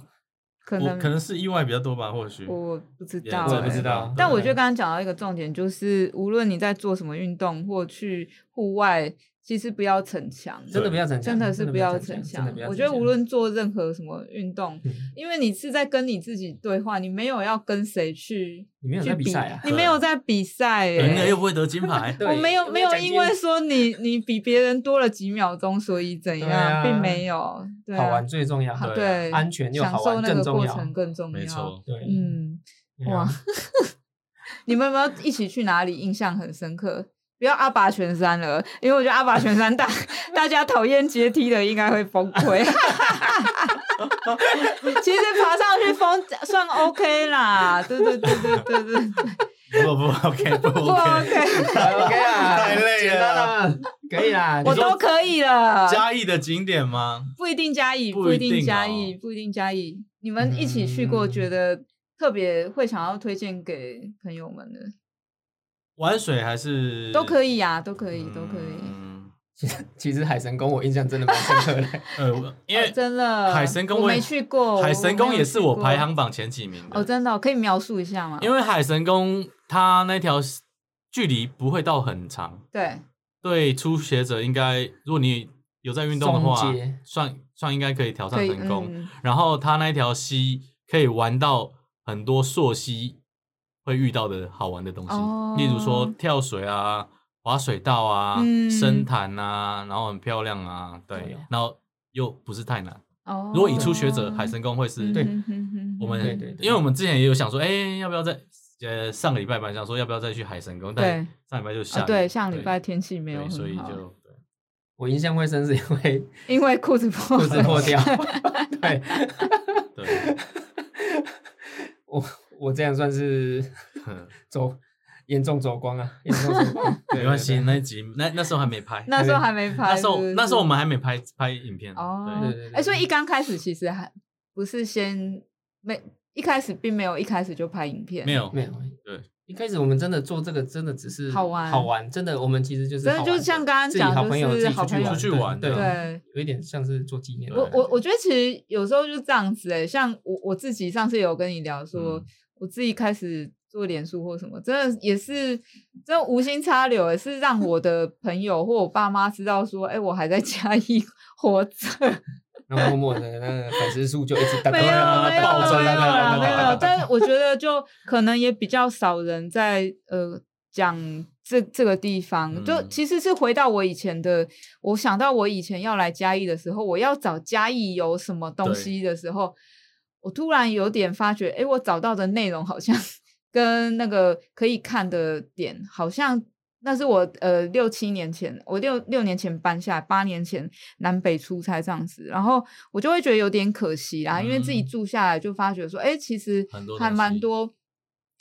Speaker 1: 可
Speaker 2: 我
Speaker 1: 能
Speaker 2: 可能是意外比较多吧，或许
Speaker 1: 我不知
Speaker 2: 也
Speaker 1: 道、
Speaker 4: 我
Speaker 1: 欸，
Speaker 4: 也不知道
Speaker 1: 但我
Speaker 4: 对
Speaker 1: 觉得刚刚讲到一个重点，就是无论你在做什么运动或去户外，其实不要逞强，
Speaker 4: 真的不要逞强，
Speaker 1: 真的是
Speaker 4: 不
Speaker 1: 不要
Speaker 4: 逞
Speaker 1: 逞
Speaker 4: 真
Speaker 1: 强
Speaker 4: 的不要。逞
Speaker 1: 我觉得无论做任何什么运动
Speaker 4: 嗯，
Speaker 1: 因为你是在跟你自己对话，你没有要跟谁去
Speaker 4: 你没有
Speaker 1: 去
Speaker 4: 在比赛啊，
Speaker 1: 你没有在比赛
Speaker 2: 赢了又
Speaker 1: 耶。
Speaker 2: 不会得金牌
Speaker 1: [LAUGHS]
Speaker 4: 对
Speaker 1: 我没有
Speaker 4: 有
Speaker 1: 没
Speaker 4: 没有
Speaker 1: 有
Speaker 4: 奖金
Speaker 1: 因为说你你比别人多了几秒钟，所以怎
Speaker 4: 对啊
Speaker 1: 样，并没有。对
Speaker 4: 好
Speaker 1: 啊
Speaker 4: 玩，最重要，
Speaker 2: 好
Speaker 1: 对，
Speaker 4: 安全又
Speaker 1: 享
Speaker 4: 好
Speaker 1: 受
Speaker 4: 玩
Speaker 1: 那
Speaker 4: 更
Speaker 1: 个
Speaker 4: 重
Speaker 1: 过
Speaker 4: 要
Speaker 1: 程。更重要。
Speaker 2: 没错，
Speaker 4: 对，
Speaker 1: 嗯。
Speaker 4: 对啊 [LAUGHS]
Speaker 1: 哇， [LAUGHS] 你们有没有一起去哪里印象很深刻？不要阿拔全山了，因为我觉得阿拔全山大大家讨厌阶梯的应该会崩溃。 [LAUGHS] 其实爬上去风算 OK 啦，对对对对对对，
Speaker 2: 不不
Speaker 1: [LAUGHS]
Speaker 2: OK 不
Speaker 1: 不
Speaker 2: OK，
Speaker 1: OK， [LAUGHS]
Speaker 4: OK [LAUGHS] 啊，
Speaker 2: 太累了
Speaker 4: 简单啊，可以啦。
Speaker 1: 我
Speaker 4: 你说
Speaker 1: 都可以了，
Speaker 2: 嘉义的景点吗？
Speaker 1: 不一定加以，
Speaker 2: 不
Speaker 1: 不一
Speaker 2: 一定
Speaker 1: 加
Speaker 2: 哦
Speaker 1: 以，不一定加以。你们一起去过，
Speaker 4: 嗯
Speaker 1: 觉得特别会想要推荐给朋友们的，
Speaker 2: 玩水还是
Speaker 1: 都可
Speaker 2: 以，
Speaker 1: 以呀，都可以，都可以。
Speaker 2: 嗯，
Speaker 4: 其实海神宫我印象真的蛮深刻的， [LAUGHS]
Speaker 2: 呃，因
Speaker 1: 哦
Speaker 2: 为
Speaker 1: 真的
Speaker 2: 海神宫
Speaker 1: 我
Speaker 2: 我也
Speaker 1: 没去过，
Speaker 2: 海神宫也是我排行
Speaker 1: 榜
Speaker 2: 榜前几名
Speaker 1: 哦，
Speaker 2: 的，
Speaker 1: 真的哦可以描述一下吗？
Speaker 2: 因为海神宫它那条距离不会到很长，
Speaker 1: 对
Speaker 2: 对初学者应该，如果你有在运动的话
Speaker 4: 松街，
Speaker 2: 算算应该可以挑
Speaker 1: 可
Speaker 2: 战
Speaker 1: 以
Speaker 2: 成功。
Speaker 1: 嗯
Speaker 2: 然后它那条溪可以玩到很多溯溪会遇到的好玩的东西，
Speaker 1: 哦
Speaker 2: 例如说跳水啊、滑水道啊、
Speaker 1: 嗯
Speaker 2: 深潭啊，然后很漂亮啊，
Speaker 4: 哎
Speaker 2: 对
Speaker 4: 呦，
Speaker 2: 然后又不是太难。
Speaker 1: 哦，嗯
Speaker 2: 如果以初学者，海神宫会是
Speaker 1: 对，
Speaker 2: 我们，
Speaker 4: 对对对
Speaker 2: 因为我们之前也有想说，哎、要不要再呃上个礼拜吧，想说要不要再去海神宫，但
Speaker 1: 对
Speaker 2: 上礼拜就下雨、
Speaker 1: 啊对上礼拜天气没
Speaker 2: 对
Speaker 1: 有很好，
Speaker 2: 所以就对
Speaker 4: 我印象会深是因为
Speaker 1: 因为裤子破
Speaker 4: 裤
Speaker 1: 了，
Speaker 4: 子破掉。 [LAUGHS] 对， [LAUGHS]
Speaker 2: 对，
Speaker 4: 我我这样算是
Speaker 2: 哼
Speaker 4: 走严重走光啊，严重走光。
Speaker 1: [LAUGHS]
Speaker 4: 对
Speaker 2: 没关系。那一集那那时候还没拍，
Speaker 1: 那时候还没拍，
Speaker 2: 那时候
Speaker 1: 是不是
Speaker 2: 那时候我们还没拍拍影片
Speaker 1: 哦
Speaker 2: 对
Speaker 4: 对对对，对
Speaker 1: 哎，所以一刚开始其实还不是先没一开始并没有一开始就拍影片，
Speaker 2: 没有
Speaker 4: 没有。
Speaker 2: 对，
Speaker 4: 一开始我们真的做这个，真的只是
Speaker 1: 好玩
Speaker 4: 好玩。真的，我们其实就是
Speaker 1: 真的
Speaker 4: 好玩
Speaker 1: 就像刚刚讲
Speaker 4: 自己好朋友
Speaker 1: 就是
Speaker 4: 自己
Speaker 1: 好朋友
Speaker 4: 出
Speaker 2: 出去玩
Speaker 4: 对，
Speaker 1: 对。
Speaker 4: 有一点像是做纪念。
Speaker 1: 我我我觉得其实有时候就这样子哎、像我我自己上次有跟你聊说，
Speaker 2: 嗯
Speaker 1: 我自己开始做脸书或什么，真的也是真的无心插柳，也是让我的朋友或我爸妈知道说，哎、我还在 [LAUGHS] 嘉义活着，
Speaker 4: 然后默默的那个粉丝数就一
Speaker 1: [LAUGHS]
Speaker 4: 直大
Speaker 1: 没有
Speaker 2: [LAUGHS]
Speaker 1: 没有
Speaker 2: 啊
Speaker 1: 没有
Speaker 2: 暴增啊
Speaker 1: 啦
Speaker 2: 对
Speaker 1: 没
Speaker 2: 对对
Speaker 1: 有，但是我觉得就可能也比较少人在呃讲。这这个地方，就
Speaker 2: 嗯
Speaker 1: 其实是回到我以前的，我想到我以前要来嘉义的时候，我要找嘉义有什么东
Speaker 2: 对
Speaker 1: 西的时候，我突然有点发觉，哎，我找到的内容好像 [LAUGHS] 跟那个可以看的点，好像那是我呃六七年前，我六六年前搬下来，八年前南北出差这样子，然后我就会觉得有点可惜啦，因为自己
Speaker 2: 嗯
Speaker 1: 住下来就发觉说，哎，其实
Speaker 2: 很多
Speaker 1: 还
Speaker 2: 东
Speaker 1: 蛮
Speaker 2: 西
Speaker 1: 多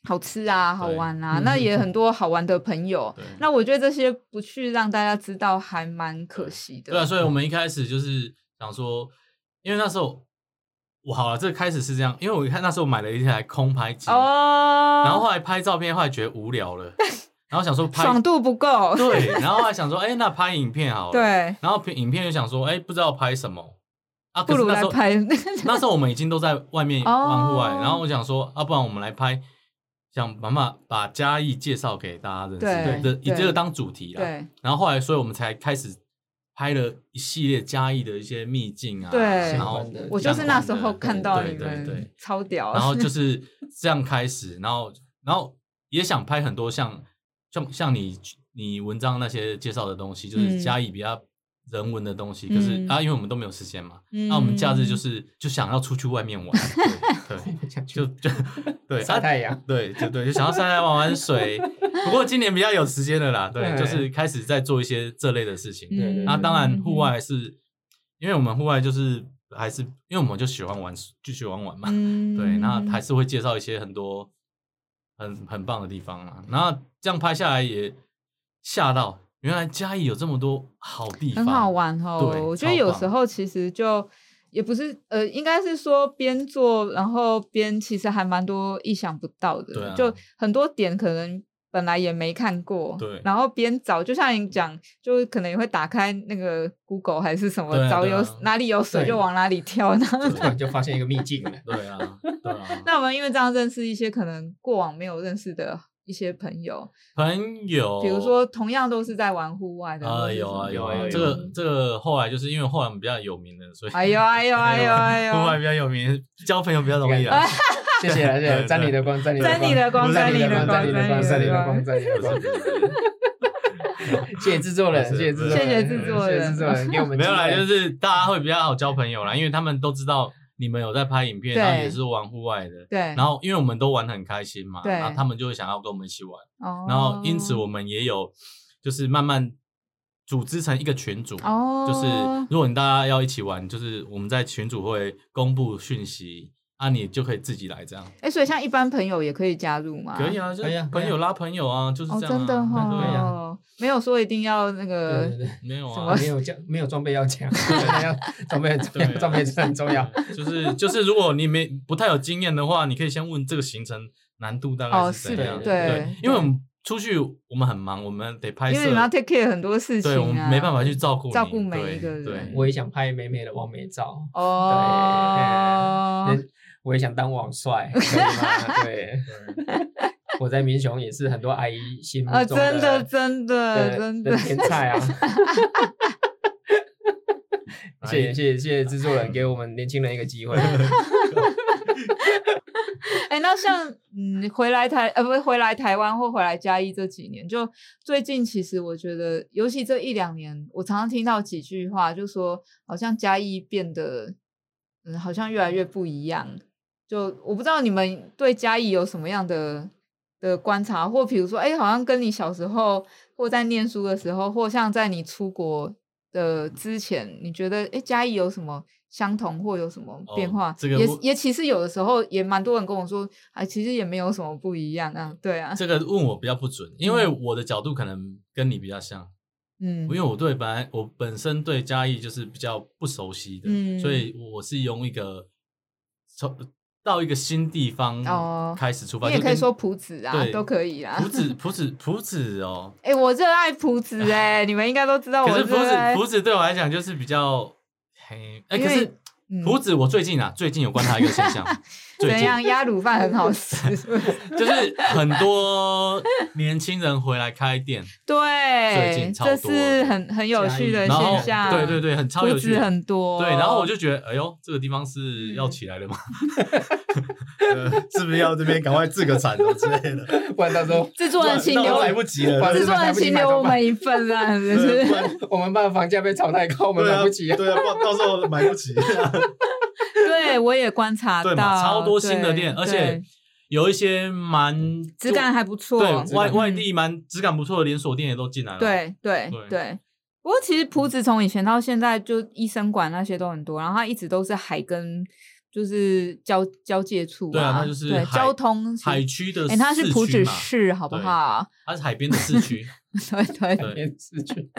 Speaker 1: 好吃啊，好
Speaker 2: 对
Speaker 1: 玩啊，那也很
Speaker 2: [LAUGHS]
Speaker 1: 多好玩的朋友。
Speaker 2: 对。
Speaker 1: 那我觉得这些不去让大家知道，还蛮可惜的。
Speaker 2: 对啊，所以我们一开始就是想说，因为那时候我好了，这个开始是这样，因为我看那时候买了一台空拍机，
Speaker 1: 哦，
Speaker 2: 然后后来拍照片，后来觉得无聊了，然后
Speaker 1: [LAUGHS]
Speaker 2: 想说拍
Speaker 1: 爽度不够， [LAUGHS]
Speaker 2: 对，然后后来想说，哎、那拍影片好了，，
Speaker 1: 对，
Speaker 2: 然后拍影片又想说，哎、不知道拍什么啊，
Speaker 1: 不
Speaker 2: 可是
Speaker 1: 如
Speaker 2: 那
Speaker 1: 来
Speaker 2: 时候
Speaker 1: 拍
Speaker 2: [LAUGHS] 那时候我们已经都在外面玩户外，
Speaker 1: 哦
Speaker 2: 然后我想说，啊，不然我们来拍，想妈妈把嘉义介绍给大家认识，
Speaker 1: 对
Speaker 2: 这以这
Speaker 1: 对
Speaker 2: 个当主题啦，
Speaker 1: 对
Speaker 2: 然后后来，所以我们才开始拍了一系列嘉义的一些秘境啊，
Speaker 1: 对
Speaker 2: 然后
Speaker 4: 相关的
Speaker 1: 我就是那时候
Speaker 2: 对
Speaker 1: 看到
Speaker 2: 对
Speaker 1: 你
Speaker 2: 对对
Speaker 1: 们超屌，
Speaker 2: 然后就是这样开始，然后然后也想拍很多像像像你你文章那些介绍的东西，就
Speaker 1: 嗯
Speaker 2: 是嘉义比较人文的东西，可是
Speaker 1: 嗯
Speaker 2: 啊，因为我们都没有时间嘛，
Speaker 1: 嗯
Speaker 2: 那我们假日就是就想要出去外面玩，对，
Speaker 1: [LAUGHS]
Speaker 2: 对就就对
Speaker 4: 晒
Speaker 2: 啊
Speaker 4: 太
Speaker 2: [LAUGHS]
Speaker 4: 阳。
Speaker 2: 对，就对，就想要上来玩玩水。不过今年比较有时间了啦，对，
Speaker 4: 对
Speaker 2: 就是开始在做一些这类的事情。
Speaker 4: 对对对
Speaker 2: 那当然，
Speaker 1: 嗯
Speaker 2: 户，外是，因为我们户外就是还是因为我们就喜欢玩，就喜欢玩嘛，
Speaker 1: 嗯
Speaker 2: 对，那还是会介绍一些很多很很棒的地方啊。然后这样拍下来也吓到，原来嘉义有这么多好地方，
Speaker 1: 很好玩哦
Speaker 2: 对。
Speaker 1: 我觉得
Speaker 2: 超
Speaker 1: 有
Speaker 2: 棒
Speaker 1: 时候其实就也不是呃，应该是说边做，然后边其实还蛮多意想不到的，
Speaker 2: 对啊
Speaker 1: 就很多点可能本来也没看过，
Speaker 2: 对
Speaker 1: 然后边找，就像你讲，就可能也会打开那个 Google 还是什么，
Speaker 2: 对啊
Speaker 1: 找
Speaker 2: 对
Speaker 1: 有、
Speaker 2: 啊
Speaker 1: 哪里有水
Speaker 4: 对
Speaker 1: 就往哪里跳。然后
Speaker 4: 突然就发现一个秘境了。
Speaker 2: 对啊，对啊。
Speaker 1: [LAUGHS] 那我们因为这样认识一些可能过往没有认识的一些朋友，
Speaker 2: 朋友，
Speaker 1: 比如说同样都是在玩户外的，或
Speaker 2: 哦啊，
Speaker 1: 是
Speaker 2: 有啊
Speaker 1: 什么
Speaker 2: 有
Speaker 4: 有
Speaker 2: 啊，
Speaker 4: 有
Speaker 2: 这个这个后来就是因为后来我们比较有名的，所以
Speaker 1: [LAUGHS] 哎呦哎呦哎
Speaker 2: [LAUGHS]
Speaker 1: 呦哎呦，
Speaker 2: 后来比较有名，交朋友比较容易啊。
Speaker 4: 谢谢了，谢谢
Speaker 2: 对
Speaker 4: 了，沾你的光，沾你的光，
Speaker 1: 沾你的哎 [LAUGHS] 光
Speaker 4: 沾
Speaker 1: 沾你
Speaker 4: 你的光，沾你
Speaker 1: 的光
Speaker 4: 的光，沾你的光，沾你的
Speaker 2: 不是
Speaker 4: 光。
Speaker 2: 不是
Speaker 4: 谢谢制作人，谢谢制作人，
Speaker 1: 谢谢制作人
Speaker 4: 谢谢制作人给我
Speaker 2: [LAUGHS]
Speaker 4: 们
Speaker 2: 没有啦，
Speaker 4: 机会
Speaker 2: 就是大家会比较好交朋友啦，因为他们都知道你们有在拍影片，
Speaker 1: 对
Speaker 2: 然后也是玩户外的，
Speaker 1: 对，
Speaker 2: 然后因为我们都玩得很开心嘛，
Speaker 1: 对
Speaker 2: 然后他们就会想要跟我们一起玩，
Speaker 1: 哦
Speaker 2: 然后因此我们也有就是慢慢组织成一个群组，
Speaker 1: 哦，
Speaker 2: 就是如果你大家要一起玩，就是我们在群组会公布讯息啊，你就可以自己来这样。
Speaker 1: 哎、所以像一般朋友也可以加入吗？
Speaker 2: 可以啊，就
Speaker 4: 可以啊
Speaker 2: 是
Speaker 4: 可以啊
Speaker 2: 朋友拉朋友啊，就是
Speaker 1: 哦，
Speaker 2: 这样啊。
Speaker 1: 真的哈、
Speaker 2: 对啊，
Speaker 1: 哦，没有说一定要那个
Speaker 4: 对对对，
Speaker 2: 没有
Speaker 1: 什
Speaker 2: 啊
Speaker 1: 么，
Speaker 4: 哦没有讲，没有装备要讲，
Speaker 2: [LAUGHS]
Speaker 4: 要装备很重要，
Speaker 2: 对啊
Speaker 4: [LAUGHS] 装备真的很重要。
Speaker 2: [LAUGHS] 就是就是，如果你没不太有经验的话，你可以先问这个行程难度大概
Speaker 1: 哦
Speaker 2: 是
Speaker 1: 是
Speaker 2: 怎
Speaker 1: 的
Speaker 2: 样。，
Speaker 4: 对
Speaker 1: 对，
Speaker 2: 因为我们出去我们很忙，我们得拍
Speaker 1: 因为你们要
Speaker 2: 摄，
Speaker 1: take care 很多事情、啊，
Speaker 2: 对我们没办法去照顾你
Speaker 1: 照顾每一
Speaker 2: 对
Speaker 1: 个人
Speaker 2: 对
Speaker 4: 我也想拍美美的完美照，
Speaker 1: 哦
Speaker 4: 对，我也想当网帅，可以吗？ [LAUGHS] 对，我在民雄也是很多阿姨心目
Speaker 1: 啊，
Speaker 4: 中
Speaker 1: 真的
Speaker 4: 的
Speaker 1: 真的真的
Speaker 4: 的，天菜
Speaker 1: [LAUGHS]
Speaker 4: 啊！谢
Speaker 2: 哎
Speaker 4: 谢谢谢谢谢制作人给我们年轻人一
Speaker 2: [LAUGHS]
Speaker 4: 个机会，
Speaker 1: 哎、那像嗯，回来台呃，不是回来台湾或回来嘉义这几年，就最近其实我觉得，尤其这一两年，我常常听到几句话，就说好像嘉义变得嗯，好像越来越不一样。就我不知道你们对嘉义有什么样的的观察，或比如说，哎、好像跟你小时候或在念书的时候，或像在你出国的之前，你觉得哎、嘉义有什么相同或有什么变
Speaker 2: 哦
Speaker 1: 化？
Speaker 2: 这个
Speaker 1: 也
Speaker 2: 我
Speaker 1: 也其实有的时候也蛮多人跟我说，哎，其实也没有什么不一样啊，对啊，
Speaker 2: 这个问我比较不准，因为我的角度可能跟你比较像，
Speaker 1: 嗯
Speaker 2: 因为我对本来我本身对嘉义就是比较不熟悉的，
Speaker 1: 嗯
Speaker 2: 所以我是用一个从到一个新地
Speaker 1: 哦
Speaker 2: 方开始出发，
Speaker 1: 你也
Speaker 2: 就
Speaker 1: 可以
Speaker 2: 跟
Speaker 1: 说埔子啊，
Speaker 2: 对
Speaker 1: 都可以啊
Speaker 2: 埔。子埔子埔子哦，
Speaker 1: 哎、我热爱埔子
Speaker 2: [LAUGHS]
Speaker 1: 哎、你们应该都知道我
Speaker 2: 可是
Speaker 1: 热
Speaker 2: 埔子
Speaker 1: 爱
Speaker 2: 埔子对我来讲就是比较嘿，哎、
Speaker 1: 因
Speaker 2: 可
Speaker 1: 为
Speaker 2: 是
Speaker 1: 嗯
Speaker 2: 埔子我最近啊，最近有观察一个现
Speaker 1: [LAUGHS]
Speaker 2: 象，最
Speaker 1: 怎
Speaker 2: 近
Speaker 1: 样鸭卤饭很好
Speaker 2: [LAUGHS]
Speaker 1: 吃，是不是
Speaker 2: 就是很多年轻人回来开
Speaker 1: [LAUGHS]
Speaker 2: 店，最
Speaker 1: 对，
Speaker 2: 近超
Speaker 1: 这
Speaker 2: 多
Speaker 1: 是很很有趣的
Speaker 2: 然后
Speaker 1: 现象。
Speaker 2: 对对对，很超有
Speaker 1: 埔
Speaker 2: 趣
Speaker 1: 子。很多，嗯
Speaker 2: 对，然后我就觉得，哎呦，这个地方是要起来了吗？ [LAUGHS] 呃是不是要这边赶快自个产哦了之类的？
Speaker 4: 不然到时候
Speaker 1: 制作人请留
Speaker 2: 那我，及
Speaker 4: 不
Speaker 1: [LAUGHS]
Speaker 4: 然
Speaker 1: 制作
Speaker 4: 买
Speaker 1: 人
Speaker 4: 不起
Speaker 1: 请
Speaker 4: 买
Speaker 1: 留我
Speaker 4: 怎么办
Speaker 1: 们一份啊，是不是？
Speaker 4: 我们怕房价被炒太高，我们买不起啊。
Speaker 2: 对啊，不然到时候买不起。
Speaker 1: 对，我也观察
Speaker 2: 对
Speaker 1: 到
Speaker 2: 嘛，超多新的店，
Speaker 1: 对
Speaker 2: 而且
Speaker 1: 对
Speaker 2: 有一些蛮
Speaker 1: 质感还不错，
Speaker 2: 对外
Speaker 1: 嗯
Speaker 2: 外地蛮质感不错的连锁店也都进来了。
Speaker 1: 对对
Speaker 2: 啊对嗯
Speaker 1: 对。不过其实埔子从以前到现在，就医生馆那些都很多，然后它一直都是海跟就是交交界处、
Speaker 2: 对
Speaker 1: 啊，
Speaker 2: 啊，它就是
Speaker 1: 对
Speaker 2: 海
Speaker 1: 交通是
Speaker 2: 海区的市
Speaker 1: 哎、
Speaker 2: 区嘛，
Speaker 1: 它是埔子市，好不好？ [LAUGHS]
Speaker 2: 它是海边的市区，
Speaker 1: 对对
Speaker 2: 对
Speaker 4: 电视剧，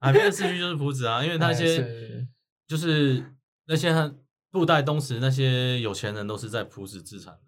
Speaker 2: 海边的市区就是埔子啊，因为那
Speaker 4: 哎
Speaker 2: 些
Speaker 4: 是
Speaker 2: 就是那些很布袋东石那些有钱人都是在埔子自产
Speaker 1: [LAUGHS]
Speaker 2: 的。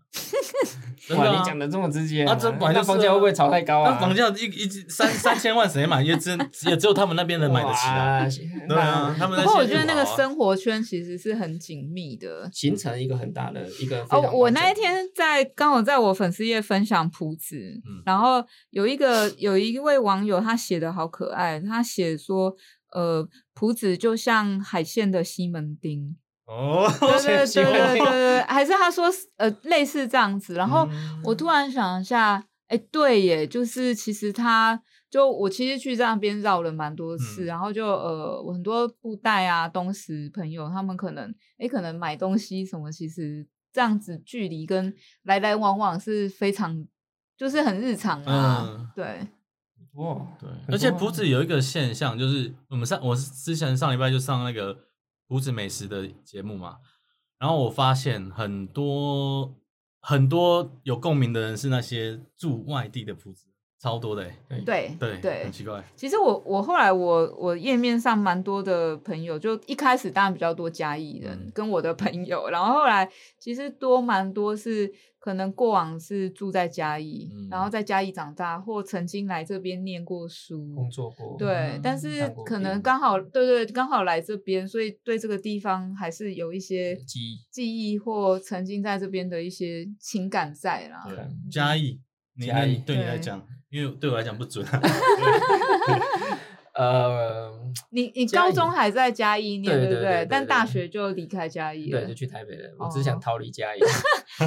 Speaker 2: 真的
Speaker 4: 哇，
Speaker 2: 啊
Speaker 4: 你讲的这么直接
Speaker 2: 啊，这本来
Speaker 4: 那
Speaker 2: 就是啊
Speaker 4: 房价会不会炒太高啊？
Speaker 2: 那房价一一三三千万谁买？也
Speaker 1: [LAUGHS]
Speaker 2: 只也只有他们那边人买得起啊。
Speaker 4: 哇
Speaker 2: 对啊，
Speaker 4: 那
Speaker 2: 他
Speaker 1: 不
Speaker 2: 们那些
Speaker 1: 过我觉得那个
Speaker 2: 土豪啊
Speaker 1: 生活圈其实是很紧密的。
Speaker 4: 形成一个很大的一个非常
Speaker 1: 哦
Speaker 4: 完整。，
Speaker 1: 我那一天在刚好在我粉丝页分享谱子，
Speaker 2: 嗯
Speaker 1: 然后有一个有一位网友他写的好可爱，他写说，呃，谱子就像海鲜的西门町，
Speaker 2: 哦，
Speaker 1: 对
Speaker 2: [LAUGHS]
Speaker 1: 对对
Speaker 4: 西门
Speaker 1: 对对
Speaker 4: 町
Speaker 1: 对，还是他说是呃类似这样子。然后
Speaker 2: 嗯
Speaker 1: 我突然想一下，哎、对耶，就是其实他就我其实去那边绕了蛮多次，
Speaker 2: 嗯
Speaker 1: 然后就呃我很多布袋啊东石朋友他们可能哎、可能买东西什么，其实这样子距离跟来来往往是非常就是很日常啊，
Speaker 2: 嗯
Speaker 1: 对，
Speaker 4: 哇，
Speaker 2: 对，
Speaker 4: 多啊
Speaker 2: 而且埔子有一个现象，就是我们上我是之前上礼拜就上那个埔子美食的节目嘛，然后我发现很多很多有共鸣的人是那些住外地的埔子，超多的欸，
Speaker 1: 对
Speaker 2: 对
Speaker 1: 对
Speaker 2: 很，奇怪，
Speaker 1: 其实我我后来我我页面上蛮多的朋友，就一开始当然比较多嘉义人、
Speaker 2: 嗯
Speaker 1: 跟我的朋友， [LAUGHS] 然后后来其实多蛮多是可能过往是住在嘉义，
Speaker 2: 嗯
Speaker 1: 然后在嘉义长大，或曾经来这边念过书
Speaker 4: 工。作过，
Speaker 1: 对
Speaker 2: 嗯，
Speaker 1: 但是
Speaker 4: 当过
Speaker 1: 可
Speaker 4: 兵
Speaker 1: 能刚好对对，刚好来这边，所以对这个地方还是有一些
Speaker 4: 记忆
Speaker 1: 记忆或曾经在这边的一些情感在啦。
Speaker 2: 对嘉义，你
Speaker 4: 嘉义
Speaker 2: 你对你来
Speaker 1: 对
Speaker 2: 讲，因为对我来讲不准啊， [LAUGHS]
Speaker 4: 呃，
Speaker 1: 你你
Speaker 4: 嘉
Speaker 1: 高
Speaker 4: 义
Speaker 1: 中还在嘉义念，
Speaker 4: 对
Speaker 1: 不
Speaker 4: 对对对
Speaker 1: 但
Speaker 4: 对
Speaker 1: 大学就离开嘉义了
Speaker 4: 对，就。去台北了。我
Speaker 1: 哦
Speaker 4: 只是想逃离家里。 [LAUGHS] 对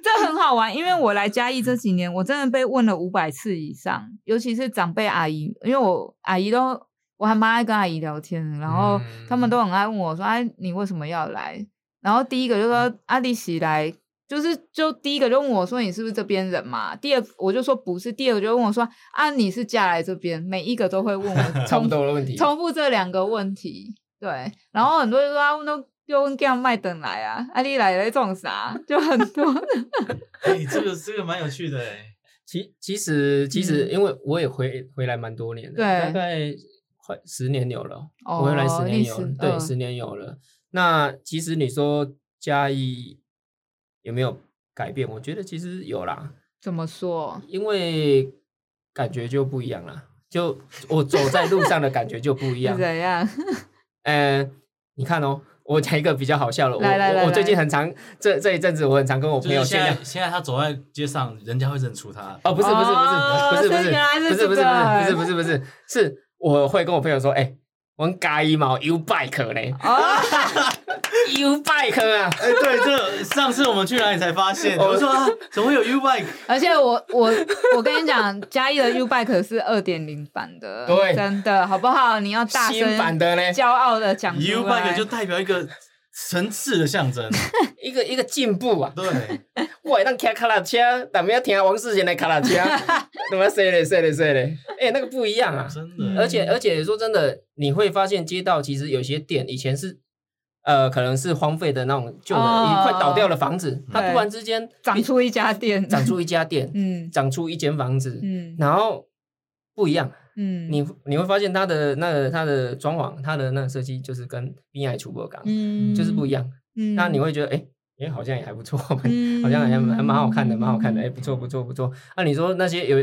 Speaker 1: 这很好玩，因为我来嘉义这几年，我真的被问了五百次以上，尤其是长辈阿姨，因为我阿姨都我还蛮爱跟阿姨聊天的，然后
Speaker 4: 嗯
Speaker 1: 他们都很爱问我说：“哎、你为什么要来？”然后第一个就说：“
Speaker 4: 嗯
Speaker 1: 阿丽喜来。”就是，就第一个就问我说你是不是这边人嘛？第二我就说不是，第二个就问我说啊你是嫁来这边？每一个都会
Speaker 4: [LAUGHS]
Speaker 1: 问我
Speaker 4: 差
Speaker 1: 重
Speaker 4: 不
Speaker 1: 复
Speaker 4: 多的问题。
Speaker 1: 重复这两个问题，对。然后很多人说啊，都又问干麦等来啊，啊你来来种啥？就很多
Speaker 2: 哎，这个这个蛮有趣的欸，
Speaker 4: 其其实其实，
Speaker 1: 嗯
Speaker 4: 因为我也回回来蛮多年的，
Speaker 1: 对
Speaker 4: 大概快十年有了，
Speaker 1: 哦
Speaker 4: 我回来十年
Speaker 1: 历
Speaker 4: 有
Speaker 1: 史
Speaker 4: 了，对，
Speaker 1: 嗯
Speaker 4: 十年有了。那其实你说嘉义有没有改变？我觉得其实有啦，
Speaker 1: 怎么说？
Speaker 4: 因为感觉就不一样啦，就我走在路上的感觉就不一
Speaker 1: 是
Speaker 4: 样。
Speaker 1: 怎样？
Speaker 4: 呃，你看哦。我讲一个比较好笑的，我
Speaker 1: 来来来
Speaker 4: 我我最近
Speaker 1: 来
Speaker 4: 很常这这一阵子，我很常跟我
Speaker 2: 就
Speaker 4: 朋友
Speaker 2: 是现
Speaker 4: 炫耀
Speaker 2: 在现在他走在街上，人家会认出他，
Speaker 4: 哦，不是不是
Speaker 1: 哦
Speaker 4: 不是不是不
Speaker 1: 所以
Speaker 4: 是
Speaker 1: 原来是
Speaker 4: 不是不
Speaker 1: 这
Speaker 4: 是
Speaker 1: 个
Speaker 4: 不是不是不是不是，是我会跟我朋友说，哎，我们加一毛 U bike 嘞
Speaker 1: [LAUGHS] 哦，
Speaker 4: ，U bike 啊，
Speaker 2: 哎，对，这上次我们去哪里才发现？
Speaker 4: 哦
Speaker 2: 我说啊，怎么会有 U bike？
Speaker 1: 而且我我我跟你讲，嘉义的 U Bike 是二点零版的，
Speaker 4: 对
Speaker 1: 真的好不好？你要大
Speaker 4: 新版
Speaker 1: 声
Speaker 4: 的嘞，
Speaker 1: 骄傲的讲出
Speaker 2: U
Speaker 1: 来
Speaker 2: bike 就代表一个层次的象征，
Speaker 4: 一个一个进步啊，
Speaker 2: 对，
Speaker 4: 我会当开卡拉车，但不要听王世贤的卡拉车，怎么说嘞说嘞说嘞，哎，那个不一样啊，
Speaker 2: 真
Speaker 1: 嗯
Speaker 2: 的，
Speaker 4: 而且而且说真的，你会发现街道其实有些店以前是。呃，可能是荒废的那种旧的、
Speaker 1: 哦
Speaker 4: 快倒掉的房子，它
Speaker 1: 对
Speaker 4: 突然之间
Speaker 1: 长出一家店，
Speaker 4: 长出一家店，
Speaker 1: 嗯
Speaker 4: 长出一间房子，
Speaker 1: 嗯
Speaker 4: 然后不一样，
Speaker 1: 嗯
Speaker 4: 你你会发现它的那个它的装潢，它的那个设计就是跟滨海厨博港、
Speaker 1: 嗯
Speaker 4: 就是不一，样。
Speaker 1: 嗯
Speaker 4: 那你会觉得，哎、哎、好像也还不错，
Speaker 1: 嗯
Speaker 4: 好像也还还蛮好看的，蛮好看的，哎、不错不错不错。那、你说那些有，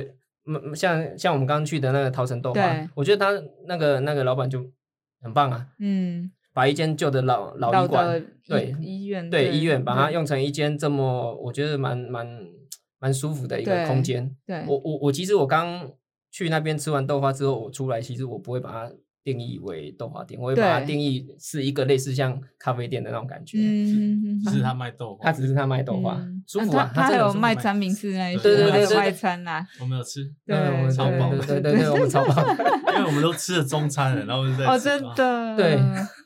Speaker 4: 嗯像像我们刚刚去的那个桃城豆
Speaker 1: 对
Speaker 4: 花，我觉得他那个那个老板就很棒啊，
Speaker 1: 嗯
Speaker 4: 把一间旧的老老
Speaker 1: 老
Speaker 4: 医馆
Speaker 1: 的，
Speaker 4: 对
Speaker 1: 医医院
Speaker 4: 对医院，把它
Speaker 1: 对
Speaker 4: 用成一间这么我觉得蛮蛮蛮舒服的一
Speaker 1: 对
Speaker 4: 个空间。
Speaker 1: 对
Speaker 4: 我我我其实我刚去那边吃完豆花之后，我出来其实我不会把它定义为豆花店，我会把它
Speaker 1: 对
Speaker 4: 定义是一个类似像咖啡店的那种感觉。
Speaker 1: 嗯，
Speaker 2: 只是他卖豆
Speaker 4: 它
Speaker 2: 花，
Speaker 4: 只是它卖豆花，
Speaker 1: 嗯
Speaker 4: 舒服啊
Speaker 1: 啊！，他
Speaker 4: 它
Speaker 1: 还
Speaker 4: 真的
Speaker 1: 有
Speaker 4: 很舒服
Speaker 1: 卖三明治那一些，
Speaker 2: 对
Speaker 4: 对对
Speaker 1: 还有
Speaker 4: 对
Speaker 1: 卖
Speaker 4: 对
Speaker 1: 餐啊啦，
Speaker 2: 我没有吃，
Speaker 1: 对
Speaker 4: 嗯我们
Speaker 2: 超饱
Speaker 4: 对
Speaker 1: [LAUGHS]
Speaker 4: 对对对对，我们超饱。
Speaker 2: 因为我们都吃了中餐了，然后就在
Speaker 1: 哦，
Speaker 2: 吃
Speaker 1: 真的，
Speaker 4: 对 [LAUGHS]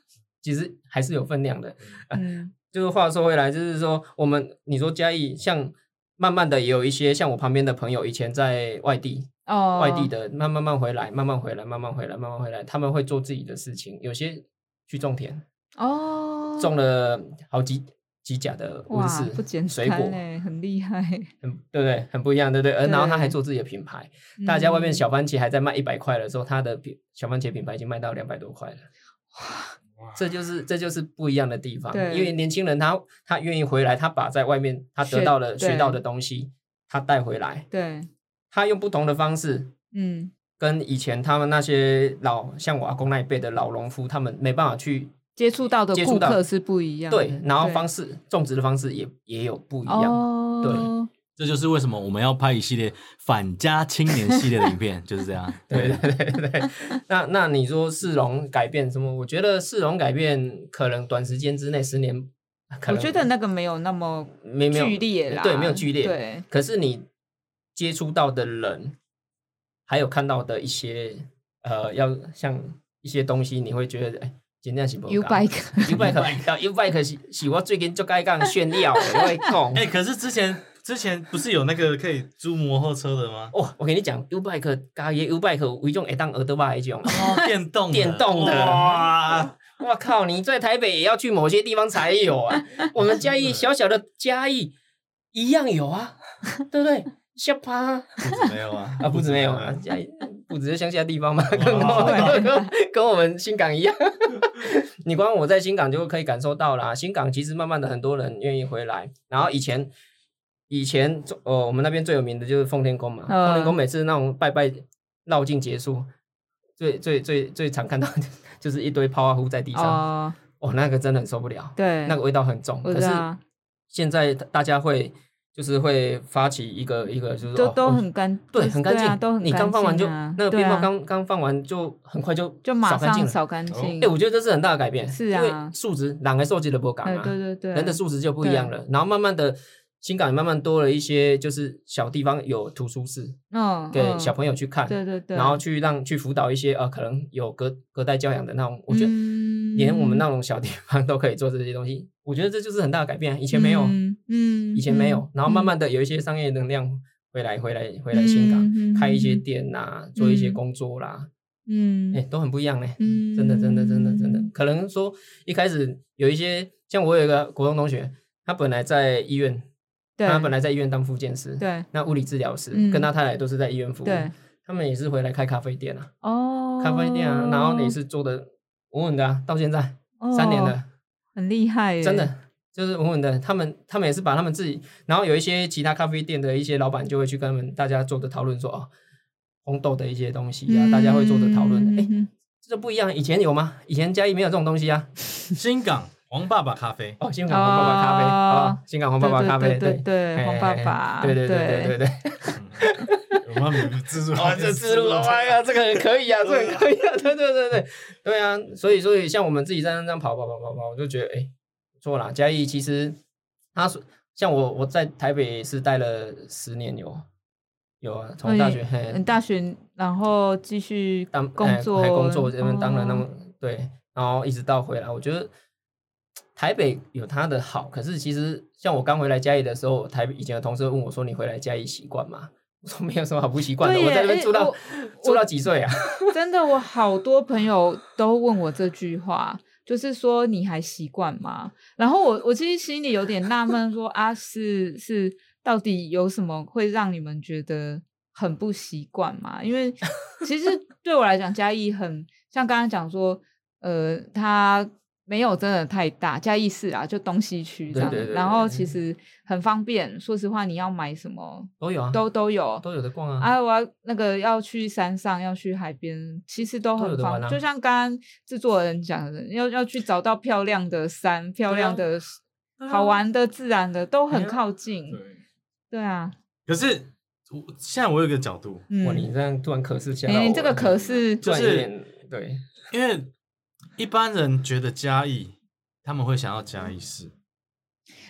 Speaker 4: 其实还是有分量的。
Speaker 1: 嗯，
Speaker 4: 就是话说回来，就是说我们你说嘉义，像慢慢的也有一些像我旁边的朋友，以前在外地，
Speaker 1: 哦，
Speaker 4: 外地的慢慢慢回来，慢慢回来，慢慢回来，慢慢回来，他们会做自己的事情，有些去种田，
Speaker 1: 哦，
Speaker 4: 种了好几几甲的温
Speaker 1: 哇，
Speaker 4: 室
Speaker 1: 不简
Speaker 4: 水果
Speaker 1: 单，欸嘞，很厉害。
Speaker 4: 很对不对？很不一样，对不对？呃，然后他还
Speaker 1: 对
Speaker 4: 做自己的品牌，大家外面
Speaker 1: 嗯
Speaker 4: 小番茄还在卖一百块的时候，他的品小番茄品牌已经卖到两百多块了。这就是这就是不一样的地方，
Speaker 1: 对
Speaker 4: 因为年轻人他他愿意回来，他把在外面他
Speaker 1: 学
Speaker 4: 得到的学到
Speaker 1: 对
Speaker 4: 的东西，他带回来，
Speaker 1: 嗯对，
Speaker 4: 他用不同的方式，
Speaker 1: 嗯，
Speaker 4: 跟以前他们那些老像我阿公那一辈的老农夫，他们没办法去
Speaker 1: 接触到的
Speaker 4: 接
Speaker 1: 顾
Speaker 4: 触到
Speaker 1: 客是不一样的，
Speaker 4: 对，然后方式种植的方式也也有不一样。
Speaker 1: 哦，
Speaker 2: 这就是为什么我们要拍一系列反家青年系列的影片，就是这样。
Speaker 4: 对对 [LAUGHS] 对
Speaker 1: [LAUGHS]
Speaker 4: 对，那那你说市容改变什么？我觉得市容改变可能短时间之内，十年，可
Speaker 1: 我
Speaker 4: 能
Speaker 1: 觉得那个没有那么
Speaker 4: 没没有
Speaker 1: 剧烈啦，
Speaker 4: 对，没有剧烈。
Speaker 1: 对，
Speaker 4: 可是你接触到的人，还有看到的一些呃，要像一些东西，你会觉得哎，今天是不
Speaker 1: U bike，
Speaker 4: U bike 要 U bike 是是我最近就该讲炫耀的，我会
Speaker 1: [LAUGHS]
Speaker 4: 讲。
Speaker 2: 哎、可是之前之前不是有那个可以租摩托车的吗？
Speaker 4: 哇，我跟你讲，U bike 加个 U bike 有一种会当耳朵把一种。
Speaker 2: 哦，电动的
Speaker 4: 电动的
Speaker 2: 哇！
Speaker 4: 我靠，你在台北也要去某些地方才有啊。我们嘉义小小的嘉义一样有啊，对不对？下趴
Speaker 2: 不止没有啊
Speaker 4: 啊，不止没有啊，家不止是乡下地方嘛，跟我
Speaker 1: 对
Speaker 4: 们跟跟我们新港一样。 [LAUGHS] 你光我在新港就可以感受到啦，新港其实慢慢的很多人愿意回来，然后以前。以前呃，我们那边最有名的就是奉天宫嘛，
Speaker 1: 嗯
Speaker 4: 奉天宫每次那种拜拜绕境结束，最最最最常看到的就是一堆泡花糊在地上，
Speaker 1: 哦，
Speaker 4: 哦，那个真的很受不了，
Speaker 1: 对，
Speaker 4: 那个味道很重。
Speaker 1: 我
Speaker 4: 可
Speaker 1: 知
Speaker 4: 是
Speaker 1: 道，啊
Speaker 4: 现在大家会就是会发起一个一个，就是
Speaker 1: 都
Speaker 4: 哦
Speaker 1: 都
Speaker 4: 我
Speaker 1: 很干，
Speaker 4: 对，很干净、
Speaker 1: 啊都很
Speaker 4: 你
Speaker 1: 干
Speaker 4: 刚放完就、
Speaker 1: 净啊
Speaker 4: 那个
Speaker 1: 对
Speaker 4: 鞭
Speaker 1: 啊
Speaker 4: 炮刚刚放完就很快就
Speaker 1: 就马
Speaker 4: 扫干
Speaker 1: 上
Speaker 4: 净了。
Speaker 1: 扫干净
Speaker 4: 哎、。我觉得这是很大的改变，
Speaker 1: 是啊
Speaker 4: 因为数值两个受级的不港
Speaker 1: 哎，
Speaker 4: 啊，
Speaker 1: 对对对，
Speaker 4: 人的素质就不一样了。然后慢慢的，新港也慢慢多了一些，就是小地方有图书室
Speaker 1: 嗯，
Speaker 4: 给
Speaker 1: 嗯
Speaker 4: 啊小朋友去看，
Speaker 1: 对对对，
Speaker 4: 然后去让去辅导一些呃可能有隔隔代教养的那种，我觉得。
Speaker 1: 嗯
Speaker 4: 连我们那种小地方 [LAUGHS] 都可以做这些东西，我觉得这就是很大的改变啊。以前没有，
Speaker 1: 嗯，嗯
Speaker 4: 以前没有
Speaker 1: 嗯，
Speaker 4: 然后慢慢的有一些商业能量回来，回来，回来新港，
Speaker 1: 嗯嗯
Speaker 4: 开一些
Speaker 1: 嗯
Speaker 4: 店呐、啊做一些
Speaker 1: 嗯
Speaker 4: 工作啦，
Speaker 1: 嗯
Speaker 4: 哎、都很不一样嘞、
Speaker 1: 嗯
Speaker 4: 真的，真的，真的，真的，可能说一开始有一些，像我有一个国中同学，他本来在医院，
Speaker 1: 对，
Speaker 4: 他本来在医院当复健师，
Speaker 1: 对
Speaker 4: 那物理治疗师、
Speaker 1: 嗯
Speaker 4: 跟他太太都是在医院服务，
Speaker 1: 对
Speaker 4: 他们也是回来开咖啡店啊，
Speaker 1: 哦，
Speaker 4: 咖啡店啊，然后也是做的稳稳的、啊，到现在、三年
Speaker 1: 哦
Speaker 4: 了。
Speaker 1: 很厉害耶，
Speaker 4: 真的就是稳稳的。他们他们也是把他们自己，然后有一些其他咖啡店的一些老板就会去跟他们大家做的讨论说，哦，红豆的一些东西啊，大家会做的讨论。哎、
Speaker 1: 嗯
Speaker 4: 这不一样，以前有吗？以前嘉义没有这种东西啊。
Speaker 2: 新港王爸爸咖啡，
Speaker 4: 哦，新港红爸爸咖啡，好不好新港红爸爸咖啡，
Speaker 1: 对对对对
Speaker 4: 对，
Speaker 1: 对红爸爸
Speaker 4: 对对对对对对。
Speaker 2: 嗯我们要自助，
Speaker 4: [LAUGHS] 哦，这思路，哎呀，这个可以啊，这个可以 [LAUGHS] 啊，对对对对对啊，所以所以像我们自己在那这样跑跑跑跑跑，我就觉得哎，不错啦，嘉义其实他说像我我在台北是待了十年有有啊，从大学
Speaker 1: 嗯
Speaker 4: 嘿
Speaker 1: 嗯大学然后继续
Speaker 4: 当
Speaker 1: 工
Speaker 4: 哎
Speaker 1: 作
Speaker 4: 还工作这边当了那么
Speaker 1: 哦
Speaker 4: 对，然后一直到回来，我觉得。台北有它的好，可是其实像我刚回来嘉义的时候，台北以前的同事问我说：“你回来嘉义习惯吗？” [LAUGHS] 我说：“没有什么好不习惯的，
Speaker 1: 对
Speaker 4: 我在
Speaker 1: 耶
Speaker 4: 那边
Speaker 1: 哎
Speaker 4: 住到
Speaker 1: 我
Speaker 4: 住到几岁啊？”
Speaker 1: 真的，我好多朋友都问我这句话，就是说你还习惯吗？然后我我其实心里有点纳闷说，啊，是是，到底有什么会让你们觉得很不习惯吗？因为其
Speaker 4: [LAUGHS]
Speaker 1: 实对我来讲，嘉义很像刚刚讲说，呃，它没有真的太大，嘉义市啊，就东西区这
Speaker 4: 对
Speaker 1: 样，
Speaker 4: 对对
Speaker 1: 然后
Speaker 4: 对
Speaker 1: 其实很方便。说实话，你要买什么
Speaker 4: 都有啊，
Speaker 1: 都都有，
Speaker 4: 都有的逛啊。
Speaker 1: 啊，我要那个要去山上，要去海边，其实都
Speaker 4: 都有
Speaker 1: 很
Speaker 4: 得
Speaker 1: 方
Speaker 4: 玩
Speaker 1: 便。
Speaker 4: 啊
Speaker 1: 就像刚刚制作人讲的，要要去找到漂亮的山、漂
Speaker 4: 对
Speaker 1: 亮
Speaker 4: 啊
Speaker 1: 的、好玩的、自然的，都很
Speaker 4: 对啊
Speaker 1: 靠近。
Speaker 2: 啊哎对。
Speaker 1: 对啊，
Speaker 2: 可是我现在我有一个角度，
Speaker 4: 哇，你
Speaker 1: 嗯，
Speaker 4: 这样突然咳嗽下来，
Speaker 1: 哎这个可是
Speaker 4: 哦突然有点对，
Speaker 2: 因为一般人觉得嘉义，他们会想要嘉义
Speaker 1: 嗯
Speaker 2: 市，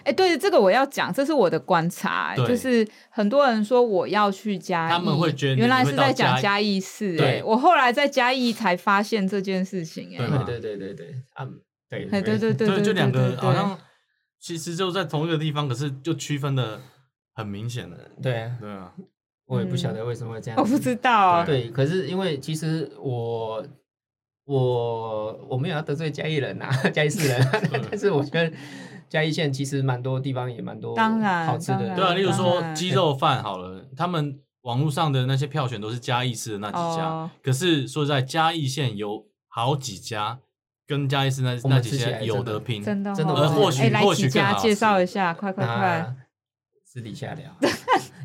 Speaker 1: 哎，对，这个我要讲，这是我的观察，
Speaker 2: 对
Speaker 1: 就是很多人说我要去嘉义，
Speaker 2: 他们会觉得你
Speaker 1: 原来
Speaker 2: 会
Speaker 1: 是
Speaker 2: 到
Speaker 1: 在讲
Speaker 2: 嘉义
Speaker 1: 嘉义市，
Speaker 2: 对
Speaker 1: 哎，我后来在嘉义才发现这件事情，哎
Speaker 2: 对，嘛
Speaker 4: 对对对对，啊，对
Speaker 1: 哎， [LAUGHS] 对对对
Speaker 2: 所
Speaker 1: 对，
Speaker 2: 以就两
Speaker 1: 对
Speaker 2: 个
Speaker 1: 对
Speaker 2: 好像其实就在同一个地方，可是就区分的很明显了。
Speaker 4: 对啊，
Speaker 2: 对啊，
Speaker 4: 我也不晓得为什么会这
Speaker 1: 嗯
Speaker 4: 样，
Speaker 1: 我不知。道啊，
Speaker 4: 对，可是因为其实我我我没有要得罪嘉义人呐， [LAUGHS] 嘉义市人，啊但是我觉得嘉义县其实蛮多地方也蛮多
Speaker 1: 当然
Speaker 4: 好吃
Speaker 1: 当
Speaker 4: 的，
Speaker 1: 然
Speaker 2: 对啊，例如
Speaker 1: 当
Speaker 2: 说
Speaker 1: 然
Speaker 2: 鸡肉饭好了，他们网络上的那些票选都是嘉义市的那几家，
Speaker 1: 哦
Speaker 2: 可是说实在嘉义县有好几家跟嘉义市那
Speaker 4: 我
Speaker 2: 那
Speaker 4: 们
Speaker 2: 几
Speaker 4: 吃起来
Speaker 2: 家有
Speaker 4: 真的
Speaker 2: 得拼，
Speaker 1: 真的
Speaker 4: 真的啊
Speaker 1: 哦
Speaker 4: 呃或
Speaker 1: 哎
Speaker 4: 许
Speaker 1: 来
Speaker 2: 或
Speaker 1: 几
Speaker 2: 许更
Speaker 1: 家
Speaker 2: 好
Speaker 1: 介
Speaker 2: 吃
Speaker 1: 绍一下，快快快！
Speaker 4: 那私底下聊，啊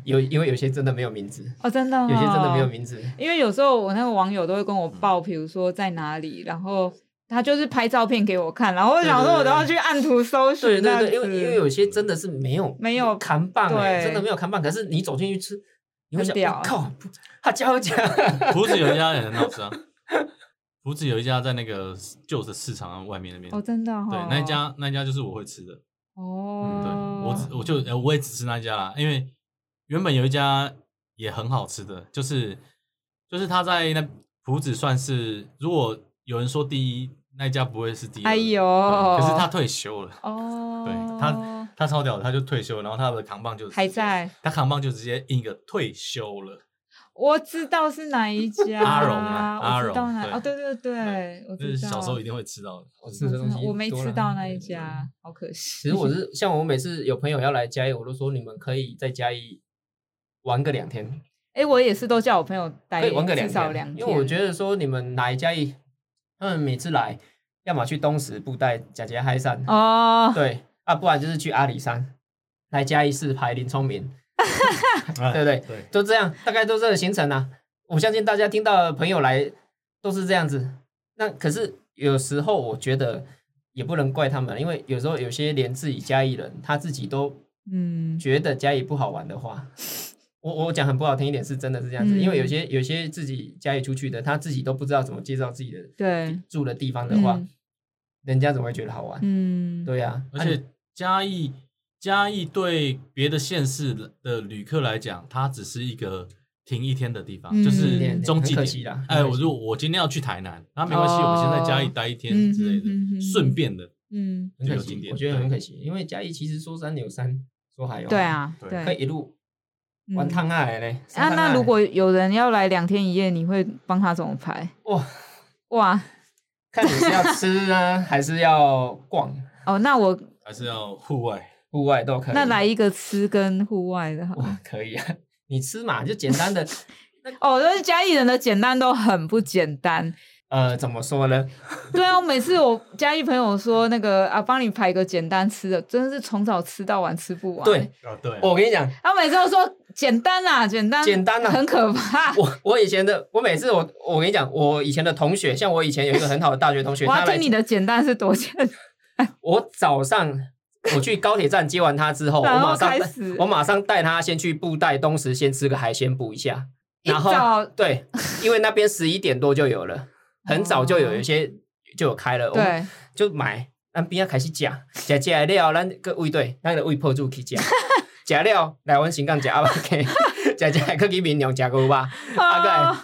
Speaker 4: 有因为有些真的没有名字，
Speaker 1: 哦，真的、哦，
Speaker 4: 有些真的没有。名
Speaker 1: [LAUGHS]
Speaker 4: 字，
Speaker 1: 因为有时候我那个网友都会跟我报，比如说在哪里，然后他就是拍照片给我看，然后我想说我都要去按图搜
Speaker 4: 对
Speaker 1: 寻这样
Speaker 4: 对
Speaker 1: 子，
Speaker 4: 对，因为因为有些真的是没有
Speaker 1: 没有
Speaker 4: 扛棒、欸，
Speaker 1: 对
Speaker 4: 真的没有扛棒。可是你走进去吃，你会想，
Speaker 1: 很屌
Speaker 4: 我靠，他加 [LAUGHS] 油加，
Speaker 2: 福子有一家也很好
Speaker 1: [LAUGHS]
Speaker 2: 吃啊，福子有一家在那个旧的市场外面那边，
Speaker 1: 哦，真的哦，
Speaker 2: 对，那一家那一家就是我会吃的，
Speaker 1: 哦，
Speaker 2: 对我只我就呃我也只吃那一家啦，因为原本有一家也很好吃的，就是就是他在那福子算是，如果有人说第一，那一家不会是第一，
Speaker 1: 哎呦
Speaker 2: 对可是他退休了，
Speaker 1: 哦，
Speaker 2: 对他他超屌的，他就退休，然后他的扛棒就直接
Speaker 1: 还，在，
Speaker 2: 他扛棒就直接印一个退休了，
Speaker 1: 我知道是哪一家，
Speaker 2: 阿荣啊阿
Speaker 1: 我知道
Speaker 2: 荣
Speaker 1: 哪，
Speaker 2: 对
Speaker 1: 哦，对对对，我
Speaker 2: 就
Speaker 1: 知
Speaker 2: 是
Speaker 1: 道，
Speaker 2: 小时候一定会吃到的，
Speaker 4: 我
Speaker 1: 我
Speaker 4: 吃
Speaker 1: 知
Speaker 4: 的
Speaker 1: 道
Speaker 4: 东西
Speaker 1: 我没
Speaker 4: 多
Speaker 1: 吃
Speaker 4: 了
Speaker 1: 到那一。
Speaker 4: 对对对
Speaker 1: 家，好可惜。
Speaker 4: 其实我是像我每次有朋友要来嘉义，我都说你们可以在嘉义玩个两天，
Speaker 1: 哎、我也是都叫我朋友待，
Speaker 4: 可以玩个两
Speaker 1: 哎至少
Speaker 4: 天，
Speaker 1: 两天，
Speaker 4: 因为我觉得说你们来嘉义，他们每次来，要么去东石布袋、假节嗨山，
Speaker 1: 哦，
Speaker 4: 对啊，不然就是去阿里山，来嘉义市排林聪明，对不对？
Speaker 2: 对，
Speaker 4: 都这样，大概都这个行程啊。我相信大家听到的朋友来都是这样子。那可是有时候我觉得也不能怪他们，因为有时候有些连自己嘉义人他自己都
Speaker 1: 嗯，
Speaker 4: 觉得嘉义不好玩的话，我我讲很不好听一点，是真的是这样子。
Speaker 1: 嗯
Speaker 4: 因为有些有些自己嘉义出去的，他自己都不知道怎么介绍自己的
Speaker 1: 对，
Speaker 4: 住的地方的话，
Speaker 1: 嗯
Speaker 4: 人家怎么会觉得好玩？
Speaker 1: 嗯，
Speaker 4: 对呀、啊，
Speaker 2: 而且嘉义嘉义对别的县市的旅客来讲，它只是一个停一天的地方，
Speaker 1: 嗯
Speaker 2: 就是中继
Speaker 4: 很可
Speaker 2: 点。
Speaker 4: 惜啦。
Speaker 2: 哎，
Speaker 4: 很可
Speaker 2: 我
Speaker 4: 惜
Speaker 2: 如果我今天要去台南，那没关系，我先在嘉义待一天之类
Speaker 1: 哦嗯嗯嗯嗯嗯
Speaker 2: 的，顺便的。
Speaker 1: 嗯，
Speaker 4: 很可
Speaker 2: 旅游景
Speaker 4: 惜，
Speaker 2: 点
Speaker 4: 我觉得很可惜，因为嘉义其实说山有山，说海有海
Speaker 1: 对，啊，
Speaker 2: 对
Speaker 1: 对，
Speaker 4: 可以一路
Speaker 1: 嗯
Speaker 4: 玩趟下来呢。
Speaker 1: 啊，
Speaker 4: 上趟下
Speaker 1: 那
Speaker 4: 来
Speaker 1: 如果有人要来两天一夜，你会帮他怎么排？
Speaker 4: 哇，
Speaker 1: 哇，
Speaker 4: 看你是要吃呢，还是要
Speaker 1: [LAUGHS]
Speaker 4: 逛
Speaker 1: 哦，那我
Speaker 2: 还是要户外。
Speaker 4: 户外都可以。
Speaker 1: 那来一个吃跟户外的好了，
Speaker 4: 哇，可以啊， [LAUGHS] 你吃嘛，就简单的，
Speaker 1: [LAUGHS] 哦，但是嘉义人的简单都很不简单。
Speaker 4: 呃，怎么说呢？
Speaker 1: 对啊，我每次我嘉义朋友说那个啊，帮你排个简单吃的，真的是从早吃到晚吃不完。
Speaker 4: 对，
Speaker 2: 啊，对
Speaker 1: 哦
Speaker 4: 我跟你讲，
Speaker 1: 他每次都说简单啦，简单，
Speaker 4: 简单啊
Speaker 1: 很可
Speaker 4: [LAUGHS]
Speaker 1: 怕。
Speaker 4: 我我以前的，我每次我我跟你讲，我以前的同学，像我以前有一个很好的大学同学，
Speaker 1: 我
Speaker 4: 他
Speaker 1: 要
Speaker 4: 来
Speaker 1: 听你的简单是多简单，
Speaker 4: 我早上我去高铁站接完
Speaker 1: [LAUGHS]
Speaker 4: 他哦之后，我
Speaker 1: 然后
Speaker 4: 马上
Speaker 1: 开
Speaker 4: 带
Speaker 1: 始
Speaker 4: 我马上带他先去布袋东石先吃个海鲜补一下，然
Speaker 1: 一
Speaker 4: 后
Speaker 1: 早
Speaker 4: 对，因为那边十一点多就
Speaker 1: [LAUGHS]
Speaker 4: 有了，很早就有
Speaker 1: 哦
Speaker 4: 有一些就有开了，我们
Speaker 1: 对，
Speaker 4: 就买，咱边仔开始食，食食了，咱个胃对，咱个胃破住去
Speaker 1: [LAUGHS]
Speaker 4: 食，食了来阮新港啊食阿伯鸡，食食去去闽南食个有吧，啊再来
Speaker 1: 哦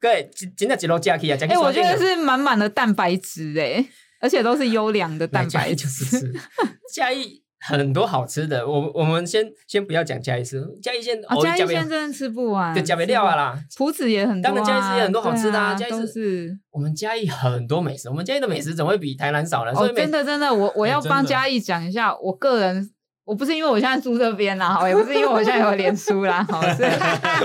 Speaker 4: 个真真正一路食去啊，食去
Speaker 1: 哎、我
Speaker 4: 山
Speaker 1: 觉
Speaker 4: 顶了
Speaker 1: 得是满满的蛋白质哎、而且都是优良
Speaker 4: [LAUGHS]
Speaker 1: 的蛋
Speaker 4: 嘉
Speaker 1: 白
Speaker 4: 义就是
Speaker 1: 质。
Speaker 4: 吃嘉义很多好吃的，我我们先先不要讲嘉义吃，嘉义县
Speaker 1: 啊，
Speaker 4: 哦
Speaker 1: 嘉义
Speaker 4: 嘉
Speaker 1: 县
Speaker 4: 义
Speaker 1: 真的吃不完，
Speaker 4: 就嘉义料啊啦。
Speaker 1: 埔子也很多、啊，
Speaker 4: 当然嘉义市也很多好吃的啊
Speaker 1: 对
Speaker 4: 嘉义
Speaker 1: 都
Speaker 4: 市
Speaker 1: 是
Speaker 4: 我们嘉义很多美食，我们嘉义的美食怎么会比台南少啊呢？所
Speaker 1: 哦，
Speaker 4: 以每
Speaker 1: 真的真的，我我
Speaker 2: 哎
Speaker 1: 要
Speaker 2: 真
Speaker 1: 帮
Speaker 2: 的
Speaker 1: 嘉义讲一下，我个人。我不是因为我现在住这边啦，好，也不是因为我现在有脸书啦，好，
Speaker 4: [LAUGHS]
Speaker 1: 是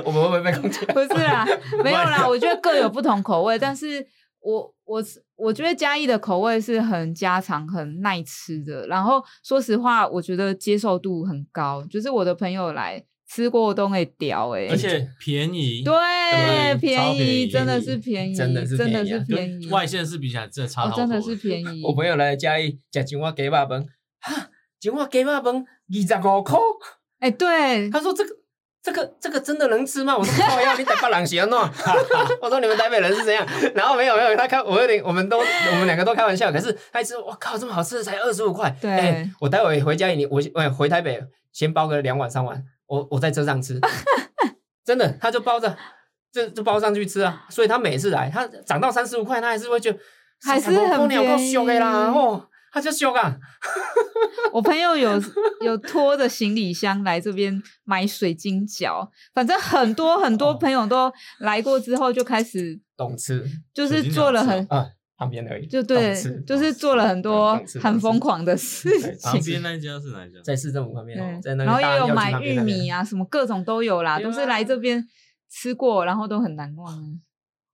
Speaker 4: 我们会不会被攻击？
Speaker 1: [LAUGHS] 不是啦，没有啦，我觉得各有不同口味，但是我我是我觉得嘉义的口味是很家常、很耐吃的。然后说实话，我觉得接受度很高，就是我的朋友来吃过都会屌哎、
Speaker 2: 而且便宜，
Speaker 1: 对啊
Speaker 2: 对
Speaker 1: 便
Speaker 2: 超便
Speaker 1: 宜，
Speaker 2: 宜
Speaker 1: 真的是便宜，
Speaker 4: 真的是
Speaker 1: 真的
Speaker 4: 便宜
Speaker 1: 是
Speaker 4: 啊
Speaker 1: 便宜，
Speaker 2: 跟外县市比起来，真的差
Speaker 1: 哦
Speaker 2: 好多。
Speaker 1: 真的是便宜，
Speaker 4: 我朋友来嘉义吃金花鸡肉饭，哈，金花鸡肉饭二十五块，
Speaker 1: 哎、对，
Speaker 4: 他说这个。这个这个真的能吃吗？我说靠呀，你台北人是
Speaker 1: [LAUGHS]
Speaker 4: 安怎样？我说你们台北人是怎样？然后没有没有，他开我有点，我们都我们两个都开玩笑。可是他一吃，我靠，这么好吃的才二十五块。
Speaker 1: 对
Speaker 4: 哎我待会回家你我我回台北先包个两碗三碗，我我在车上
Speaker 1: [LAUGHS]
Speaker 4: 吃，真的，他就包着就就包上去吃啊。所以他每次来，他涨到三十五块，他还是会觉得
Speaker 1: 还是很
Speaker 4: 35块够
Speaker 1: 便宜
Speaker 4: 俗的啦，哦，他就俗啊。
Speaker 1: 我朋友有有拖着行李箱来这边买水晶饺，反正很多很多
Speaker 4: 哦
Speaker 1: 朋友都来过之后就开始
Speaker 4: 懂吃
Speaker 1: 就
Speaker 2: 水
Speaker 1: 是
Speaker 2: 晶
Speaker 1: 做
Speaker 2: 饺
Speaker 1: 了
Speaker 2: 是
Speaker 1: 很
Speaker 2: 哦
Speaker 4: 啊，旁边而已。
Speaker 1: 就对
Speaker 4: 懂吃，
Speaker 1: 就是做了很多
Speaker 4: 懂吃懂吃
Speaker 1: 很疯狂的事
Speaker 4: 对
Speaker 1: 情
Speaker 2: 旁。边那一家是哪一家？
Speaker 4: 在市政府旁边哦
Speaker 1: 对，，
Speaker 4: 在那个
Speaker 1: 然后
Speaker 4: 大
Speaker 1: 也有
Speaker 4: 药局
Speaker 1: 买
Speaker 4: 旁边
Speaker 1: 玉
Speaker 4: 那边
Speaker 1: 米。啊，什么各种都有啦，
Speaker 4: 对啊
Speaker 1: 都是来这边吃过，然后都很难忘啊。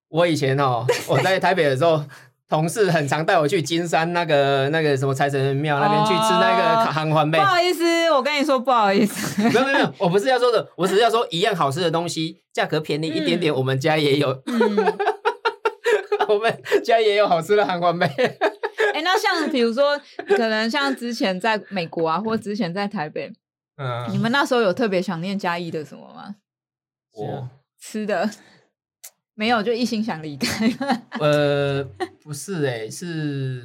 Speaker 4: 我以前哦，我在台北的时候，同事很常带我去金山那个那个什么财神庙那边去吃那
Speaker 1: 哦
Speaker 4: 个卡行环
Speaker 1: 不
Speaker 4: 贝。
Speaker 1: 好意思，我跟你说不好意思，
Speaker 4: 没有没有没有，我不是要说的，我只是要说一样好吃的东西，价格便宜一点点，我们家也有， [LAUGHS]
Speaker 1: 嗯，
Speaker 4: 我们家也有好吃的韩环贝。
Speaker 1: 哎、那像比如说，可能像之前在美国啊，或之前在台北，你
Speaker 4: 嗯，
Speaker 1: 们那时候有特别想念嘉义的什么吗？
Speaker 4: 我
Speaker 1: 吃的 [LAUGHS] 没有，就一心想离开。
Speaker 4: 呃不是哎、是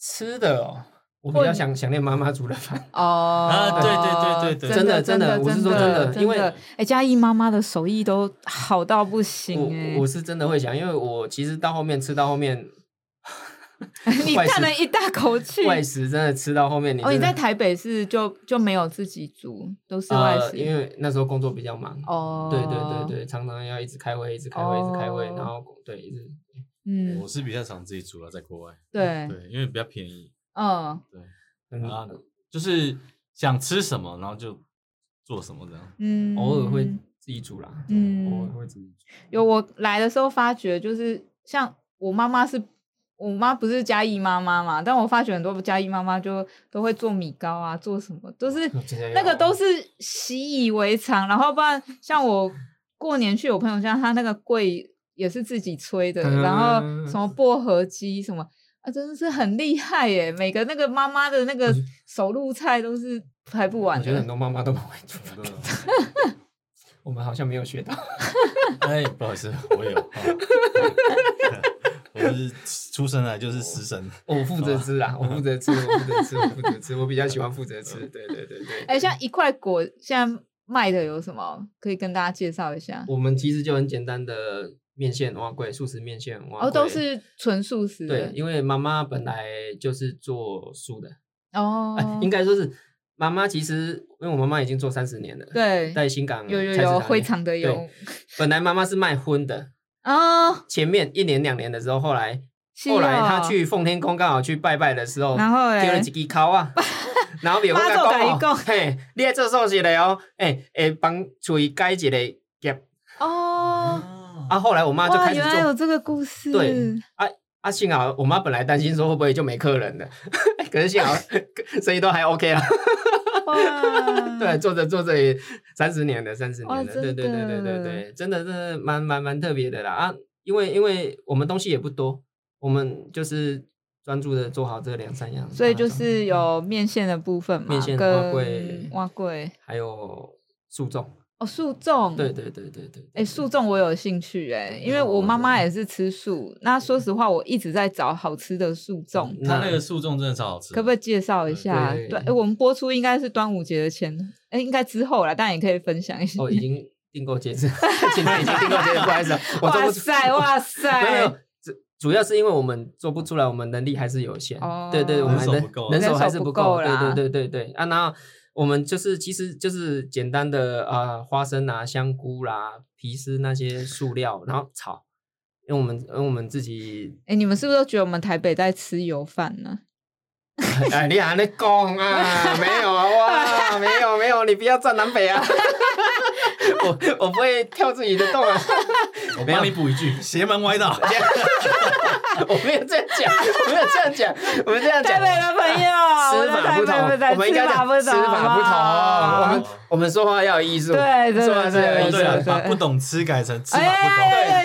Speaker 4: 吃的哦，我比较想想念妈妈煮的饭。
Speaker 1: 哦、
Speaker 2: 啊对对对对对
Speaker 1: 真的
Speaker 4: 真的
Speaker 1: 真
Speaker 4: 我是说
Speaker 1: 真
Speaker 4: 真的因为
Speaker 1: 哎、嘉义妈妈的手艺都好到不行哎、
Speaker 4: 我我是真的会想，因为我其实到后面吃到后面
Speaker 1: 哎 [LAUGHS] 你
Speaker 4: 外食
Speaker 1: 叹了一大口气。
Speaker 4: 外食，真的吃到后面你
Speaker 1: 哦，你
Speaker 4: 真的
Speaker 1: 在台北是就就没有自己煮，都是外
Speaker 4: 呃，
Speaker 1: 食。
Speaker 4: 因为那时候工作比较忙。
Speaker 1: 哦，
Speaker 4: 对对对对，常常要一直开会，一直开会，一直开会，
Speaker 1: 哦
Speaker 4: 然后对一直
Speaker 1: 嗯哎
Speaker 2: 我，是比较常自己煮了，在国外。
Speaker 1: 对，
Speaker 2: 对，因为比较便宜。
Speaker 1: 嗯，
Speaker 2: 对，
Speaker 4: 嗯
Speaker 2: 啊，就是想吃什么，然后就做什么这样。
Speaker 1: 嗯，
Speaker 4: 偶尔会自己煮啦，
Speaker 1: 嗯
Speaker 4: 偶尔会自己 [LAUGHS] 煮。
Speaker 1: 有我来的时候发觉，就是像我妈妈是。我妈不是嘉义妈妈嘛，但我发觉很多嘉义妈妈就都会做米糕啊，做什么都是那个都是习以为常，然后不然像我过年去我朋友家，他那个柜也是自己吹的，
Speaker 4: 嗯
Speaker 1: 然后什么薄荷鸡什么啊，真的是很厉害耶！每个那个妈妈的那个手路菜都是排不完
Speaker 4: 我觉得
Speaker 1: 的
Speaker 4: 很。多妈妈都不会煮，
Speaker 2: 真的
Speaker 4: 我们好像没有 [LAUGHS] 学到。
Speaker 2: 哎，不好意思，我有，啊我是出生来就是食神，
Speaker 4: 哦我负责吃 [LAUGHS] 啦，我嗯负责吃，我负责吃，我负责吃，我比较喜欢负责吃。对对对对。
Speaker 1: 哎，像一块果现在卖的有什么可以跟大家介绍一下？
Speaker 4: 我们其实就很简单的面线蛙贵，素食面线蛙
Speaker 1: 哦，都是纯素食
Speaker 4: 对
Speaker 1: 的，
Speaker 4: 因为妈妈本来就是做素的，
Speaker 1: 哦
Speaker 4: 哎，应该说是妈妈其实，因为我妈妈已经做三十年了，，
Speaker 1: 对，
Speaker 4: 在新港
Speaker 1: 有有
Speaker 4: 菜市
Speaker 1: 有
Speaker 4: 场
Speaker 1: 会
Speaker 4: 里
Speaker 1: 场的
Speaker 4: 对
Speaker 1: 有
Speaker 4: 本来妈妈是卖荤的，
Speaker 1: 啊，
Speaker 4: 前面一年两年的时候，后来
Speaker 1: 是
Speaker 4: 后来
Speaker 1: 哦
Speaker 4: 她去奉天宫刚好去拜拜的时候，
Speaker 1: 然后
Speaker 4: 丢了
Speaker 1: 嘞
Speaker 4: 几支烤
Speaker 1: [LAUGHS]
Speaker 4: 啊，然后别
Speaker 1: 妈
Speaker 4: 甲
Speaker 1: 祖甲
Speaker 4: 讲
Speaker 1: 伊讲
Speaker 4: 哦，嘿，你爱做素食的哦，哎，会帮嘴改一个夹。
Speaker 1: 哦。
Speaker 4: 啊，后来我妈就
Speaker 1: 哇，
Speaker 4: 开始
Speaker 1: 原来有这
Speaker 4: 做
Speaker 1: 个故事。
Speaker 4: 对啊，幸好我妈本来担心说会不会就没客人了， [LAUGHS] 可是幸好 [LAUGHS] 生意都还 OK 啦。
Speaker 1: 哇
Speaker 4: [LAUGHS] 对，做着做着也三十年了，三十
Speaker 1: 嗯哇
Speaker 4: 年了，对
Speaker 1: 真
Speaker 4: 对对对对
Speaker 1: 的
Speaker 4: 对，真的真的蛮蛮蛮特别的啦啊！因为因为我们东西也不多，我们就是专注的做好这两三样，
Speaker 1: 所以
Speaker 4: 把它
Speaker 1: 就
Speaker 4: 做好
Speaker 1: 是有面线的部分嘛，
Speaker 4: 面线
Speaker 1: 跟
Speaker 4: 蛙粿
Speaker 1: 蛙粿
Speaker 4: 还有素粽，
Speaker 1: 哦，素粽。
Speaker 4: 对。哦对对对对，哦
Speaker 1: 哎，素粽我有兴趣哎，因为我妈妈也是吃素。那说实话，我一直在找好吃的素粽，
Speaker 2: 它那个素粽真的超好吃，
Speaker 1: 可不可以介绍一下？
Speaker 4: 嗯对
Speaker 1: 对，哎我们播出应该是端午节的前，哎，应该之后啦，但也可以分享一下。
Speaker 4: 哦已经订购截止， [LAUGHS] 今天已经订购截止，不好意思，啊我做
Speaker 1: 哇
Speaker 4: 不出
Speaker 1: 塞，哇
Speaker 4: 没有没有
Speaker 1: 塞，，
Speaker 4: 主主要是因为我们做不出来，我们能力还是有限。
Speaker 1: 哦
Speaker 4: 对对，我们
Speaker 2: 人手
Speaker 4: 能
Speaker 2: 不够
Speaker 4: 人手还是
Speaker 1: 人手
Speaker 4: 够。
Speaker 1: 不够啦
Speaker 4: 对对对对对啊，那我们就是其实就是简单的啊、呃花生啊、香菇啦、皮丝那些塑料，然后炒。因为我们因为我们自己
Speaker 1: 哎，你们是不是都觉得我们台北在吃油饭呢？
Speaker 4: 哎，你还在讲啊？没有啊，哇，没有没有，你不要站南北啊！我我不会跳自己的洞啊！
Speaker 2: 我帮你补一句，邪门歪道。
Speaker 4: 我没有这样讲，我没有这样讲，我们这样
Speaker 1: 台
Speaker 4: 讲。
Speaker 1: 北的朋友，
Speaker 4: 吃
Speaker 1: 在
Speaker 4: 法
Speaker 1: 台北
Speaker 4: 不同，
Speaker 1: 在
Speaker 4: 我们应该
Speaker 1: 吃
Speaker 4: 讲
Speaker 1: 法不同，
Speaker 4: 吃法不同。我
Speaker 1: 好
Speaker 4: 们我们说话要有艺术，
Speaker 1: 对对
Speaker 4: 说话是有
Speaker 1: 哦对
Speaker 4: 艺术
Speaker 2: 对啊，
Speaker 4: 的。
Speaker 2: 把
Speaker 1: 对
Speaker 2: 不懂吃改成吃
Speaker 1: 不好
Speaker 2: 法不
Speaker 1: 哎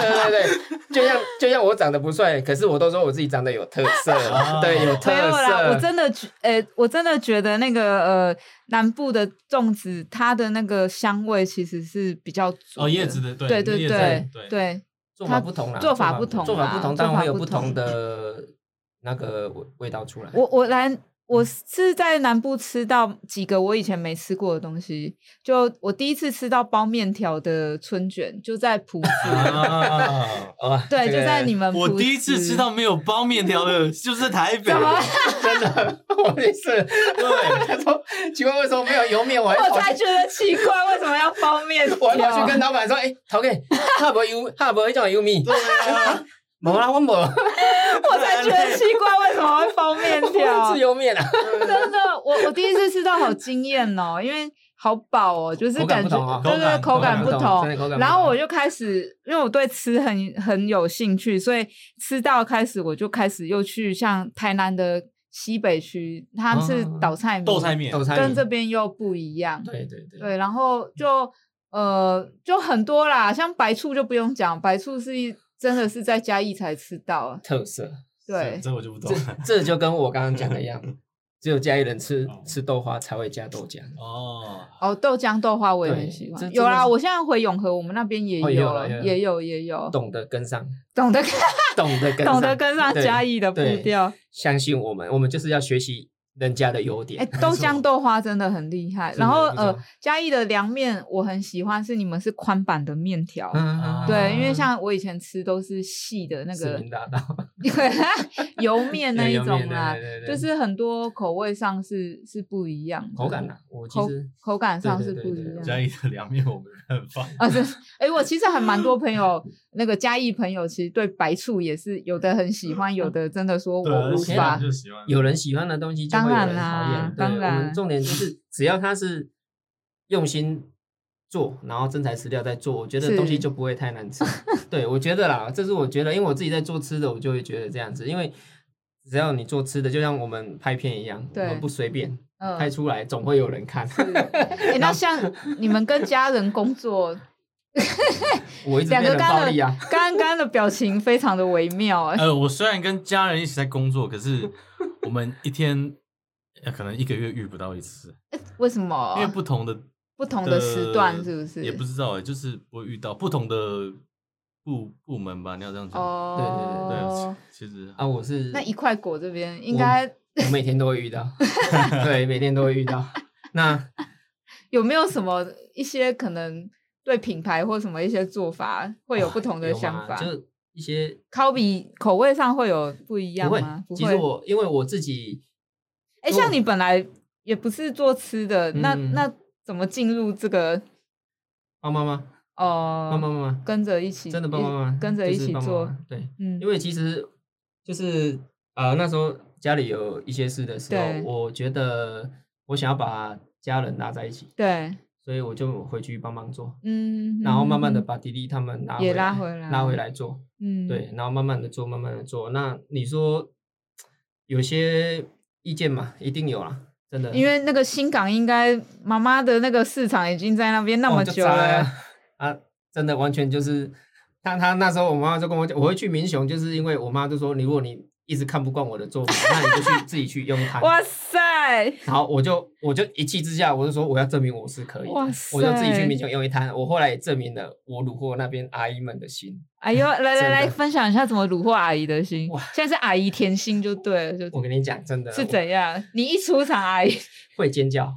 Speaker 4: 对对对，就像就像我长得不帅，可是我都说我自己长得有特色
Speaker 2: 啊，
Speaker 4: 对，有
Speaker 1: 哦没有
Speaker 4: 特
Speaker 1: 啦，我
Speaker 4: 色。
Speaker 1: 真的觉，呃、我真的觉得那个呃，南部的粽子，它的那个香味其实是比较足
Speaker 2: 懂。哦，叶子的对
Speaker 1: 对对
Speaker 2: 叶子的
Speaker 1: 对
Speaker 2: 对
Speaker 1: 对，
Speaker 4: 做法不同啦，
Speaker 1: 做法不同
Speaker 4: 做法
Speaker 1: 啦
Speaker 4: 不
Speaker 1: 做
Speaker 4: 同，当然
Speaker 1: 法
Speaker 4: 会有
Speaker 1: 不
Speaker 4: 不同
Speaker 1: 同
Speaker 4: 的那个味味道出来。
Speaker 1: 我我来，我是在南部吃到几个我以前没吃过的东西，就我第一次吃到包面条的春卷，就在埔子，
Speaker 2: 啊！
Speaker 4: 哦，
Speaker 1: 对，
Speaker 4: 这个
Speaker 1: 就在你们，
Speaker 2: 我第一次吃。到没有包面条的，就是在台北
Speaker 1: 怎。么？
Speaker 4: 真的， [LAUGHS] 我
Speaker 1: [LAUGHS]
Speaker 4: 也是。
Speaker 2: 对，
Speaker 4: 他说，请问为什么没有油面？我还跑
Speaker 1: 我
Speaker 4: 去
Speaker 1: 才觉得奇怪，为什么要包面条？
Speaker 4: [LAUGHS] 我还跑去跟老
Speaker 1: [LAUGHS]
Speaker 4: 板说，哎，头给，哈无
Speaker 1: 啊
Speaker 4: 油，哈无迄种油面。 [LAUGHS] 无啦，我无，
Speaker 1: 我才觉得奇怪，为什么会包
Speaker 4: [LAUGHS]
Speaker 1: 面条
Speaker 4: 吃？油面
Speaker 1: [LAUGHS]
Speaker 4: 啊。
Speaker 1: 真的，我我第一次吃到好惊艳哦，因为好饱哦，就是
Speaker 4: 口感
Speaker 1: 感
Speaker 4: 不
Speaker 1: 觉
Speaker 4: 同哦
Speaker 1: 对对，
Speaker 2: 口
Speaker 1: 口
Speaker 2: 感
Speaker 1: 感
Speaker 2: 不
Speaker 1: 不
Speaker 4: 同
Speaker 1: 同
Speaker 4: [LAUGHS] 真的口感。不
Speaker 1: 然后
Speaker 4: 同
Speaker 1: 我就开始，因为我对吃很很有兴趣，所以吃到开始我就开始又去像台南的西北区，它是
Speaker 4: 哦
Speaker 1: 倒啊菜米，
Speaker 2: 豆菜面
Speaker 4: 豆菜
Speaker 1: 跟
Speaker 4: 米
Speaker 1: 这边又不一样。
Speaker 4: 对对对，
Speaker 1: 对，然后
Speaker 4: 嗯
Speaker 1: 就呃就很多啦，像白醋就不用讲，白醋是一真的是在嘉义才吃到啊，
Speaker 4: 特色，
Speaker 1: 对
Speaker 2: 这，这我就不懂
Speaker 4: 这
Speaker 2: 了。
Speaker 4: 这就跟我刚刚讲的一
Speaker 2: [LAUGHS]
Speaker 4: 样，只有家里人吃
Speaker 2: 哦
Speaker 4: 吃豆花才会加豆浆。
Speaker 2: 哦，
Speaker 1: 哦，豆浆豆花我也很
Speaker 4: 对
Speaker 1: 喜
Speaker 4: 这
Speaker 1: 欢。有
Speaker 4: 真的
Speaker 1: 啦，
Speaker 4: 是
Speaker 1: 我现在回永和，我们那边也
Speaker 4: 哦也有
Speaker 1: 有啊
Speaker 4: 啦，也
Speaker 1: 也
Speaker 4: 有
Speaker 1: 有，也有，
Speaker 4: 懂得跟上，
Speaker 1: 懂得
Speaker 4: 懂得跟上，
Speaker 1: [LAUGHS] 懂得跟上
Speaker 4: 对
Speaker 1: 嘉义的步
Speaker 4: 对
Speaker 1: 调。
Speaker 4: 相信我们，我们就是要学习人家的优
Speaker 1: 哎，
Speaker 4: 点。
Speaker 1: 豆浆豆花真的很厉害。然后
Speaker 4: 真的不
Speaker 1: 呃
Speaker 4: 错，
Speaker 1: 嘉义的凉面我很喜欢，是你们是宽版的面条。
Speaker 4: 嗯
Speaker 1: 对，因为像我以前吃都是细的那
Speaker 4: 市
Speaker 1: 个
Speaker 4: 民大道
Speaker 1: [LAUGHS] 油面那
Speaker 4: [LAUGHS] 对
Speaker 1: 一
Speaker 4: 油
Speaker 1: 种
Speaker 4: 面对
Speaker 1: 啦
Speaker 4: 对对，对
Speaker 1: 就是很多口味上是是不一样的，
Speaker 4: 口感啦，我其
Speaker 1: 口
Speaker 4: 实
Speaker 1: 口感
Speaker 4: 对
Speaker 1: 上
Speaker 4: 对
Speaker 1: 是
Speaker 4: 对
Speaker 1: 不
Speaker 4: 对
Speaker 1: 一样。
Speaker 2: 嘉义的凉面我没办法，
Speaker 1: 啊，对，哎、我其实还蛮多朋友，那个嘉义朋友，其实对白醋也是有的很喜欢，有的真的说
Speaker 2: 对啊
Speaker 1: 我无
Speaker 2: 喜
Speaker 1: 法
Speaker 2: 欢。就喜欢。
Speaker 4: 有人喜欢的东西，就会有
Speaker 1: 当然
Speaker 4: 人讨
Speaker 1: 啦
Speaker 4: 厌。
Speaker 1: 当
Speaker 4: 对，我
Speaker 1: 然
Speaker 4: 们重点就是只要它是用心做，然后真材实料在做，我觉
Speaker 1: 是
Speaker 4: 得东西就不会太难吃。对，我觉得啦，这是我觉得，因为我自己在做吃的，我就会觉得这样子，因为只要你做吃的，就像我们拍片一样，我
Speaker 1: 对
Speaker 4: 们不随便
Speaker 1: 嗯
Speaker 4: 拍出来，总会有人看。 [LAUGHS]
Speaker 1: 诶那像你们跟家人工作，
Speaker 4: 我一直
Speaker 1: 两
Speaker 4: 变
Speaker 1: 个
Speaker 4: 得
Speaker 1: 刚
Speaker 4: 暴
Speaker 1: 的
Speaker 4: 力啊，
Speaker 1: 刚刚的表情非常的微妙、诶
Speaker 2: 呃，我虽然跟家人一起在工作，可是我们一天、呃可能一个月遇不到一次，
Speaker 1: 为什么？
Speaker 2: 因为不同的
Speaker 1: 哦不同的时段是不是？
Speaker 2: 也不知道哎、就是不会遇到不同的部部门吧？你要这样讲，
Speaker 1: 哦，
Speaker 2: 对啊，其实
Speaker 4: 啊，我是
Speaker 1: 那一块果这边应该
Speaker 4: 我每天都会遇到， [LAUGHS] 对，每天都会遇到。那
Speaker 1: 有没有什么一些可能对品牌或什么一些做法会有不同的
Speaker 4: 有吗
Speaker 1: 想法？
Speaker 4: 就一些
Speaker 1: 烤比口味上会有不一样
Speaker 4: 不会
Speaker 1: 吗？不。
Speaker 4: 其
Speaker 1: 会
Speaker 4: 实。我因为我自己
Speaker 1: 哎、
Speaker 4: 如果
Speaker 1: 像你本来也不是做吃的，那
Speaker 4: 嗯
Speaker 1: 那怎么进入这个？
Speaker 4: 帮妈妈，
Speaker 1: 哦、
Speaker 4: 帮妈妈，
Speaker 1: 呃跟着一起，
Speaker 4: 真的帮妈妈，
Speaker 1: 跟着
Speaker 4: 就
Speaker 1: 一
Speaker 4: 是
Speaker 1: 起
Speaker 4: 帮妈
Speaker 1: 做
Speaker 4: 妈。。对，
Speaker 1: 嗯
Speaker 4: 因为其实就是呃那时候家里有一些事的时候
Speaker 1: 对，
Speaker 4: 我觉得我想要把家人拉在一起，
Speaker 1: 对，
Speaker 4: 所以我就回去帮忙做，
Speaker 1: 嗯，
Speaker 4: 然后慢慢的
Speaker 1: 嗯，
Speaker 4: 把迪迪他们拉
Speaker 1: 也
Speaker 4: 回
Speaker 1: 拉
Speaker 4: 来
Speaker 1: 回来
Speaker 4: 拉回来做。
Speaker 1: 嗯，
Speaker 4: 对，，然后慢慢的做，慢慢的做。那你说有些意见嘛，一定有啦，真的。
Speaker 1: 因为那个新港应该妈妈的那个市场已经在那边那么
Speaker 4: 哦就
Speaker 1: 久
Speaker 4: 炸
Speaker 1: 了，
Speaker 4: 呀啊， [LAUGHS] 真的完全就是，他他那时候我妈妈就跟我讲，我会去民雄，就是因为我妈就说，你如果你一直看不惯我的做法，那你就去自己去用它。
Speaker 1: 哇塞，
Speaker 4: 然后我就我就一气之下，我就说我要证明我是可以的，
Speaker 1: 哇
Speaker 4: 我就自己
Speaker 1: 塞
Speaker 4: 去民雄用一摊。我后来也证明了我虏获那边阿姨们的心。
Speaker 1: 哎
Speaker 4: [LAUGHS]
Speaker 1: 呦，来来
Speaker 4: 真
Speaker 1: 来，
Speaker 4: 的
Speaker 1: 分享一下怎么虏获阿姨的心
Speaker 4: 哇。
Speaker 1: 现在是阿姨甜心就对了，就
Speaker 4: 我跟你讲，真的
Speaker 1: [LAUGHS] 是
Speaker 4: 我
Speaker 1: 怎样？你一出场，阿
Speaker 4: [LAUGHS]
Speaker 1: 姨 [LAUGHS]
Speaker 4: 会尖叫。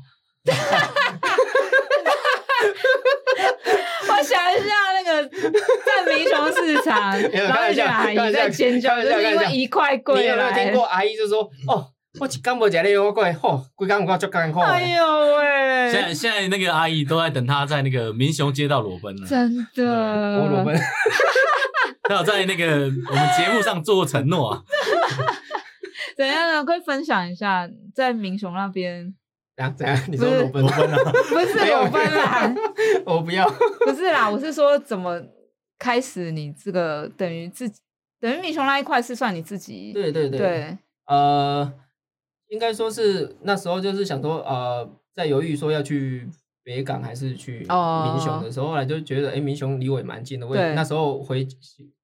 Speaker 1: 我想一下那个在民雄市场，
Speaker 4: 没有
Speaker 1: 然后
Speaker 4: [LAUGHS] 开玩
Speaker 1: 一个
Speaker 4: 笑
Speaker 1: 阿
Speaker 4: 开
Speaker 1: 姨
Speaker 4: 玩笑
Speaker 1: 在尖叫，
Speaker 4: 开
Speaker 1: 就
Speaker 4: 玩笑
Speaker 1: 是因
Speaker 4: 开玩
Speaker 1: 为
Speaker 4: 笑
Speaker 1: 一块
Speaker 4: 你
Speaker 1: 贵
Speaker 4: 有没有听
Speaker 1: 来
Speaker 4: 过。阿姨
Speaker 1: [LAUGHS]
Speaker 4: 就说：“哦，我一干无食你我过，吼，规工有够足艰苦的。
Speaker 1: 哎呦
Speaker 2: 现在
Speaker 1: 喂，
Speaker 2: 现在那个阿姨都在等她在那个民雄街道裸奔了，
Speaker 1: 真的，
Speaker 4: 我裸奔，
Speaker 2: 她有在那个我们节目上做过承
Speaker 1: [LAUGHS]
Speaker 2: 诺啊。
Speaker 1: 怎样呢？可以分享一下在民雄那
Speaker 4: [LAUGHS]
Speaker 1: 边，
Speaker 4: [LAUGHS] 然后怎样？你说裸奔？
Speaker 1: 不是
Speaker 4: 没有
Speaker 1: 裸奔啦，
Speaker 4: [LAUGHS] 我不要。
Speaker 1: [LAUGHS]
Speaker 4: [LAUGHS]
Speaker 1: 不是啦，我是说怎么开始你这个等于自己，等于民雄那一块是算你自己
Speaker 4: 对对对，
Speaker 1: 对
Speaker 4: 呃，应该说是那时候就是想说，呃，在犹豫说要去北港还是去
Speaker 1: 哦
Speaker 4: 民雄的时候，后来就觉得，哎，民雄离我也蛮近的。我
Speaker 1: 对
Speaker 4: 也那时候回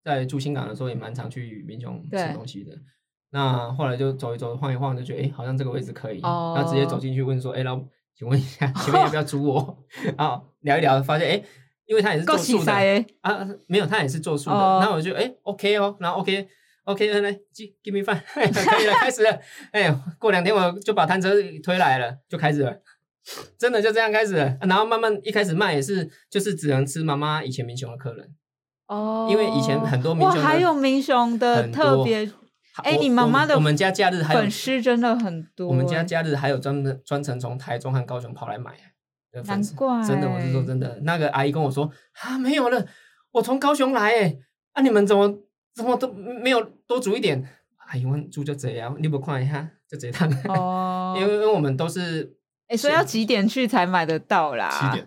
Speaker 4: 在住新港的时候，也蛮常去民雄
Speaker 1: 对
Speaker 4: 吃东西的。那后来就走一走，晃一晃，就觉得哎，诶好像这个位置可以，
Speaker 1: 哦
Speaker 4: 然后直接走进去问说，哎，老，请问一下， [LAUGHS] 请问要不要租
Speaker 1: [LAUGHS]
Speaker 4: 我？然后聊一聊，发现哎，诶因为他也是
Speaker 1: 够
Speaker 4: 做
Speaker 1: 喜
Speaker 4: 素的
Speaker 1: 塞，欸
Speaker 4: 啊，没有，他也是做数的。
Speaker 1: 哦
Speaker 4: 那我就哎、o k 哦，然后 OK OK，来来，give give me five，可以 [LAUGHS] 了，开始了。哎、过两天我就把摊车推来了，就开始了。真的就这样开始了，啊然后慢慢一开始卖也是，就是只能吃妈妈以前民雄的客人。
Speaker 1: 哦，
Speaker 4: 因为以前很多民
Speaker 1: 哇，
Speaker 4: 雄的
Speaker 1: 还有民雄的
Speaker 4: 很多
Speaker 1: 特别哎
Speaker 4: 我
Speaker 1: 你妈妈的
Speaker 4: 我们我们家假日还有
Speaker 1: 粉丝真的很多，欸
Speaker 4: 我们家假日还有专门专程从台中和高雄跑来买啊的粉丝，
Speaker 1: 难怪
Speaker 4: 真的，我是说真的。那个阿姨跟我说啊，没有了，我从高雄来诶，啊，你们怎么怎么都没有多煮一点？阿姨问煮就这样，你不看一下就这趟，
Speaker 1: 哦，
Speaker 4: 因为因为我们都是啊
Speaker 1: 哎，所以要几点去才买得到啦？
Speaker 2: 七点，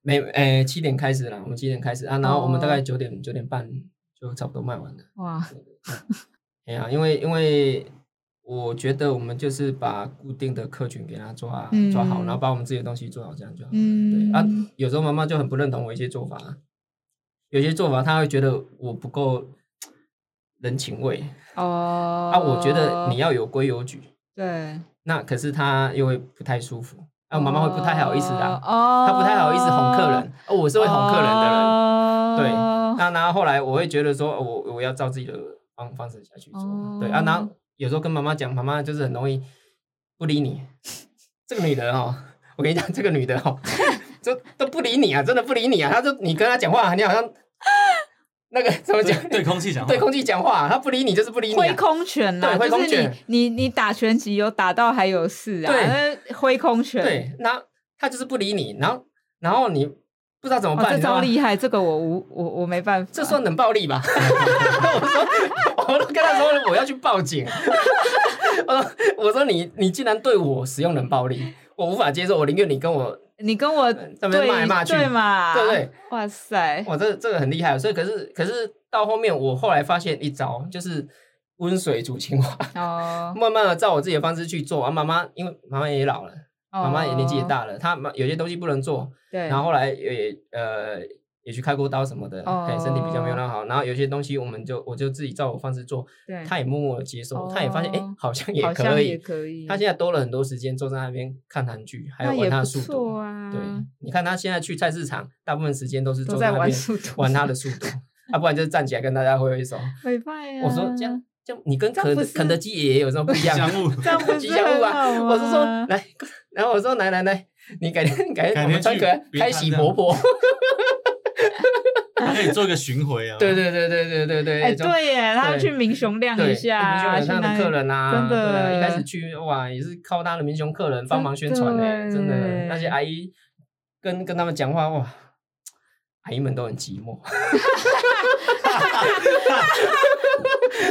Speaker 4: 每诶七点开始啦，我们七点开始啊，然后我们大
Speaker 1: 哦
Speaker 4: 概九点九点半就差不多卖完了。
Speaker 1: 哇，
Speaker 4: 哎呀，因为因为我觉得我们就是把固定的客群给他抓、
Speaker 1: 嗯
Speaker 4: 抓好，然后把我们自己的东西做好，这样就好了。
Speaker 1: 嗯
Speaker 4: 对啊，有时候妈妈就很不认同我一些做法啊，有些做法她会觉得我不够人情味、
Speaker 1: 哦，
Speaker 4: 啊，我觉得你要有规有矩，
Speaker 1: 对，
Speaker 4: 那可是她又会不太舒服，啊，我妈妈会不太好意思啊，
Speaker 1: 哦，
Speaker 4: 她不太好意思哄客人，哦，我是会哄客人的人，
Speaker 1: 哦
Speaker 4: 对
Speaker 1: 人
Speaker 4: 那然后后来我会觉得说，哦我我要照自己的方方式下去做，
Speaker 1: 哦
Speaker 4: 对啊，然后有时候跟妈妈讲，妈妈就是很容易不理你。 [LAUGHS] 这个女的哦，我跟你讲，这个女的哦， [LAUGHS] 就都不理你啊，真的不理你啊。她就你跟她讲话，你好像
Speaker 1: [LAUGHS]
Speaker 4: 那个怎么讲？
Speaker 2: 对空气讲话
Speaker 4: [LAUGHS] 对，空气讲话，她不理你就是不理你、
Speaker 1: 挥
Speaker 4: 啊。
Speaker 1: 空拳啦，
Speaker 4: 对挥
Speaker 1: 就
Speaker 4: 空
Speaker 1: 是
Speaker 4: 拳
Speaker 1: 你你你打拳击有打到还有事啊，
Speaker 4: 对
Speaker 1: 那挥空拳，
Speaker 4: 对，那她就是不理你，然后然后你不知道怎么
Speaker 1: 哦，
Speaker 4: 办，
Speaker 1: 这
Speaker 4: 你知道
Speaker 1: 招
Speaker 4: 吗
Speaker 1: 厉害，这个我无我我没办法，
Speaker 4: 这算冷暴力吧？ [LAUGHS] 我说，我都跟他说我要去报警。 [LAUGHS] 我说，我说你你竟然对我使用冷暴力，我无法接受，我宁愿你跟我
Speaker 1: 你跟我
Speaker 4: 那边
Speaker 1: 对
Speaker 4: 骂来骂去
Speaker 1: 对嘛？
Speaker 4: 对不对？
Speaker 1: 哇塞，
Speaker 4: 哇，这这个很厉害，所以可是可是到后面，我后来发现一招，就是温水煮青蛙， [LAUGHS]
Speaker 1: 哦，
Speaker 4: 慢慢的照我自己的方式去做啊。妈妈因为妈妈也老了，妈妈也年纪也大了，她妈有些东西不能做，
Speaker 1: 哦，对，
Speaker 4: 然后后来也呃也去开过刀什么的，
Speaker 1: 哦
Speaker 4: 哎，身体比较没有那么好。然后有些东西我们就我就自己照我方式做，
Speaker 1: 对，
Speaker 4: 她也默默的接受，
Speaker 1: 哦
Speaker 4: 她也发现哎好像也
Speaker 1: 好像
Speaker 4: 可
Speaker 1: 也
Speaker 4: 以。
Speaker 1: 可以，
Speaker 4: 她现在多了很多时间坐在那边看韩剧，还
Speaker 1: 那也
Speaker 4: 有玩她
Speaker 1: 不
Speaker 4: 的速
Speaker 1: 错
Speaker 4: 度。
Speaker 1: 啊，
Speaker 4: 对，你看她现在去菜市场，大部分时间都是
Speaker 1: 都
Speaker 4: 坐
Speaker 1: 在
Speaker 4: 那 [LAUGHS]
Speaker 1: 玩
Speaker 4: 边
Speaker 1: 速度
Speaker 4: 玩她的速度，要不然就是站起来跟大家挥挥手。
Speaker 1: [LAUGHS] 没办法。
Speaker 4: 我说这样，这样你跟
Speaker 1: 啊这样
Speaker 4: 肯
Speaker 1: 不是
Speaker 4: 肯德基爷爷有什么不一样？
Speaker 2: 项目
Speaker 1: 这样不
Speaker 4: 吉
Speaker 1: 是
Speaker 4: 祥
Speaker 1: 很
Speaker 4: 物啊！
Speaker 1: 好
Speaker 4: [LAUGHS]
Speaker 1: 哎
Speaker 4: 我是说
Speaker 1: 吗，
Speaker 4: 来， [LAUGHS] 然后我说来来来，你改天改
Speaker 2: 改
Speaker 4: 天我们
Speaker 2: 天
Speaker 4: 穿
Speaker 2: 去
Speaker 4: 可爱
Speaker 2: 别
Speaker 4: 开
Speaker 2: 看
Speaker 4: 喜
Speaker 2: 这
Speaker 4: 婆
Speaker 2: 样
Speaker 4: 婆。 [LAUGHS]
Speaker 2: 还可以做一个巡回啊。
Speaker 4: 对对对对对对对，
Speaker 1: 哎，
Speaker 4: 就
Speaker 1: 对耶，他们
Speaker 4: 对
Speaker 1: 去民雄亮
Speaker 4: 对，哎
Speaker 1: 一下，
Speaker 4: 民雄
Speaker 1: 去
Speaker 4: 有他
Speaker 1: 那
Speaker 4: 的客人啊，
Speaker 1: 真的
Speaker 4: 对啊一开始去哇也是靠他的民雄客人帮忙宣传呢，
Speaker 1: 真
Speaker 4: 真
Speaker 1: 的欸
Speaker 4: 的那些阿姨跟跟他们讲话哇，阿姨们都很寂寞。 [LAUGHS]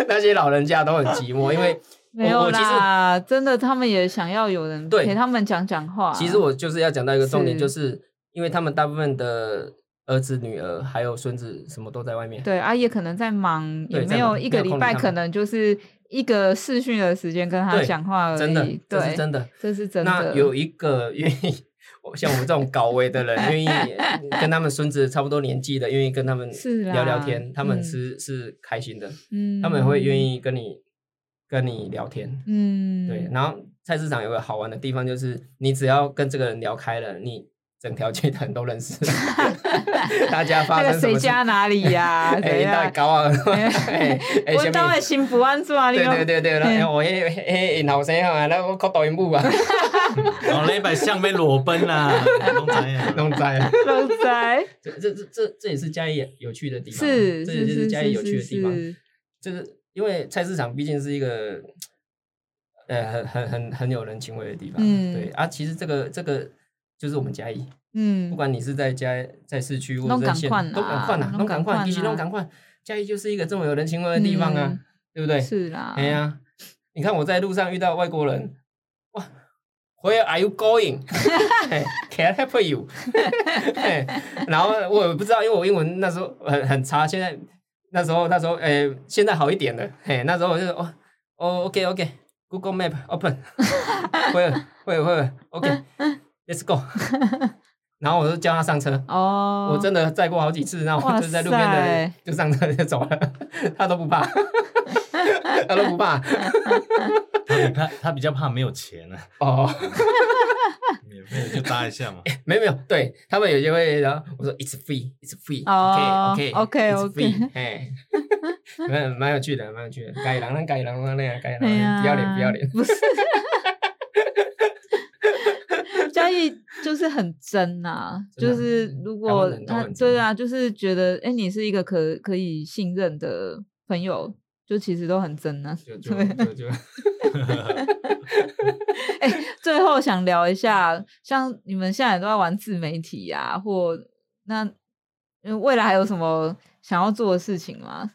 Speaker 4: 那些老人家都很寂寞，因为
Speaker 1: 没
Speaker 4: 我
Speaker 1: 有
Speaker 4: 我其实
Speaker 1: 啦，真的，他们也想要有人
Speaker 4: 对
Speaker 1: 陪他们讲讲话。
Speaker 4: 其实我就是要讲到一个重点，
Speaker 1: 是
Speaker 4: 就是因为他们大部分的儿子、女儿还有孙子什么都在外面，
Speaker 1: 对阿叶可能在忙，也
Speaker 4: 对
Speaker 1: 没
Speaker 4: 在
Speaker 1: 有
Speaker 4: 忙
Speaker 1: 一个
Speaker 4: 没有
Speaker 1: 礼
Speaker 4: 空理
Speaker 1: 拜，
Speaker 4: 他们
Speaker 1: 可能就是一个视讯的时间跟他
Speaker 4: 对
Speaker 1: 讲话而已。
Speaker 4: 真的，这
Speaker 1: 对，
Speaker 4: 是真的。
Speaker 1: 这是真
Speaker 4: 那
Speaker 1: 的。
Speaker 4: 有一个愿意，我像我们这种高危的人，
Speaker 1: [LAUGHS]
Speaker 4: 愿意跟他们孙子差不多年纪的，愿意跟他们
Speaker 1: 是啦
Speaker 4: 聊聊天，他们
Speaker 1: 嗯
Speaker 4: 是、是开心的，
Speaker 1: 嗯，
Speaker 4: 他们会愿意跟你跟你聊天。
Speaker 1: 嗯，
Speaker 4: 对，然后菜市场有个好玩的地方，就是你只要跟这个人聊开了，你整条街的人都认识，
Speaker 1: [LAUGHS]
Speaker 4: 大家发
Speaker 1: 那个
Speaker 4: 生什
Speaker 1: 谁
Speaker 4: 么事
Speaker 1: 家哪里
Speaker 4: [LAUGHS]
Speaker 1: 呀？
Speaker 4: 哎，
Speaker 1: 谁
Speaker 4: 你到
Speaker 1: 呀
Speaker 4: 底？高啊！
Speaker 1: [LAUGHS] 哎
Speaker 4: 哎哎，
Speaker 1: 我
Speaker 4: 什
Speaker 1: 当
Speaker 4: 么
Speaker 1: 然？心不安住啊！你
Speaker 4: [LAUGHS] 对
Speaker 1: 讲
Speaker 4: 对对对，
Speaker 1: 嘿
Speaker 4: 然后我哎迄迄因后生啊，那我靠抖音舞啊， [LAUGHS]
Speaker 2: 然后那一百项被裸
Speaker 1: [LAUGHS]
Speaker 2: 奔啦，弄怎样
Speaker 4: 拢知道。
Speaker 1: 都在
Speaker 4: 这这这这这也是嘉义有趣的 [LAUGHS] 地方啊，
Speaker 1: 是
Speaker 4: 这
Speaker 1: 是
Speaker 4: 也
Speaker 1: 是
Speaker 4: 是嘉义有
Speaker 1: 是
Speaker 4: 趣
Speaker 1: 是
Speaker 4: 的地方。
Speaker 1: 是，
Speaker 4: 就是因为菜市场毕竟是一个，呃，很很很很有人情味的地方。
Speaker 1: 嗯
Speaker 4: 对啊，其实这个这个就是我们嘉义，不
Speaker 1: 嗯，
Speaker 4: 管你是在家在市区或
Speaker 1: 拢
Speaker 4: 者在
Speaker 1: 同
Speaker 4: 县，
Speaker 1: 款
Speaker 4: 都
Speaker 1: 啦
Speaker 4: 赶快啊，
Speaker 1: 拢
Speaker 4: 都赶
Speaker 1: 同
Speaker 4: 快，
Speaker 1: 款
Speaker 4: 其实
Speaker 1: 啦
Speaker 4: 都赶快，嘉义就是一个这么有人情味的地方啊
Speaker 1: 嗯，
Speaker 4: 对不对？
Speaker 1: 是啦，
Speaker 4: 哎呀，你看我在路上遇到外国人，哇，Where are you going? 嘿 Can I help you? [LAUGHS] 嘿然后我也不知道，因为我英文那时候很很差，现在那时候那时候哎，现在好一点了。嘿，那时候我就哦哦，OK OK。Google Map open，会了会了会了，OK，Let's、go。然后我就叫他上车，
Speaker 1: 哦，
Speaker 4: 我真的载过好几次，然后
Speaker 1: 哇
Speaker 4: 我就在路边的
Speaker 1: 塞
Speaker 4: 就上车就走了， [LAUGHS] 他都不怕，他都不怕。
Speaker 2: 他比怕他比较怕没有钱
Speaker 1: [LAUGHS]
Speaker 2: 啊，
Speaker 4: 哦，
Speaker 2: 免费的就搭一下嘛。
Speaker 1: 哎
Speaker 4: 没有没有，对他们有些会，然后我说 it's free, it's free,
Speaker 1: 哦 OK，
Speaker 4: OK OK it's
Speaker 1: OK
Speaker 4: free，哎，蛮蛮有趣的，蛮有趣的，该狼人该狼人那样，该
Speaker 1: 哎
Speaker 4: 狼
Speaker 1: 呀，
Speaker 4: 人不要脸不要脸，
Speaker 1: 不是。 [LAUGHS] 嘉义就是很真呐、
Speaker 4: 真
Speaker 1: 就
Speaker 4: 的
Speaker 1: 是如
Speaker 4: 台
Speaker 1: 果
Speaker 4: 湾人都
Speaker 1: 他
Speaker 4: 很真
Speaker 1: 对啊，就是觉得哎、诶你是一个可可以信任的朋友，就其实都很真呐、 [LAUGHS]
Speaker 4: 就就
Speaker 1: 对，
Speaker 4: 就就
Speaker 1: 最后想聊一下，像你们现在都在玩自媒体啊，或那嗯未来还有什么想要做的事情吗？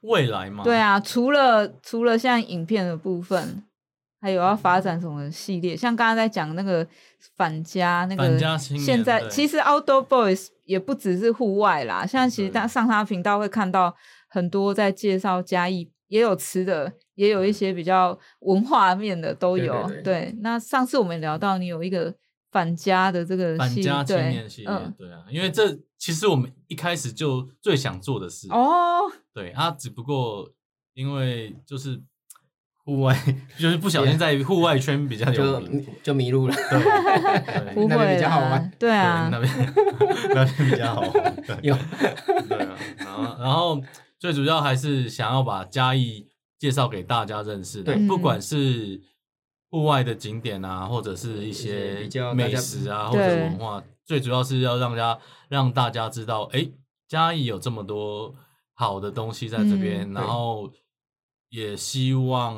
Speaker 2: 未来嘛，
Speaker 1: 对，啊，除了除了像影片的部分，还有要
Speaker 2: 嗯
Speaker 1: 发展什么系列？像刚刚在讲那个返家那
Speaker 2: 返
Speaker 1: 个，
Speaker 2: 家新年
Speaker 1: 现在
Speaker 2: 对
Speaker 1: 其实 Outdoor Boys 也不只是户外啦，现在其实
Speaker 2: 对
Speaker 1: 大上他频道会看到很多在介绍嘉义，也有吃的，也有一些比较文化面的都
Speaker 4: 对
Speaker 1: 有。
Speaker 4: 对对
Speaker 1: 那上次我们聊到你有一个返家的这个
Speaker 2: 返
Speaker 1: 系
Speaker 2: 家青
Speaker 1: 对
Speaker 2: 年系列，
Speaker 1: 嗯，
Speaker 2: 对啊，因为这其实我们一开始就最想做的事，
Speaker 1: 哦，
Speaker 2: 对啊，只不过因为就是户外， [LAUGHS] 就是不小心
Speaker 1: 啊
Speaker 2: 在户外圈比较有
Speaker 4: 就
Speaker 2: 名，
Speaker 4: 就迷路
Speaker 1: [LAUGHS]
Speaker 4: 了，
Speaker 2: 对，
Speaker 1: 不
Speaker 2: 对
Speaker 4: 那边
Speaker 1: 会
Speaker 4: 比较好
Speaker 1: 啦
Speaker 4: 玩，
Speaker 1: 对啊，
Speaker 2: 那边 [LAUGHS] 那边比较好玩，对
Speaker 4: 有
Speaker 2: 对啊，然后然后最主要还是想要把嘉义介绍给大家认识的，
Speaker 4: 对
Speaker 2: 不管是户外的景点啊，或者是一
Speaker 4: 一些
Speaker 2: 些
Speaker 4: 比较大家
Speaker 2: 美食啊，或
Speaker 1: 对
Speaker 2: 者文化，最主要是要让大家让大家知道，哎，嘉义有这么多好的东西在这边，
Speaker 1: 嗯
Speaker 2: 然后也希望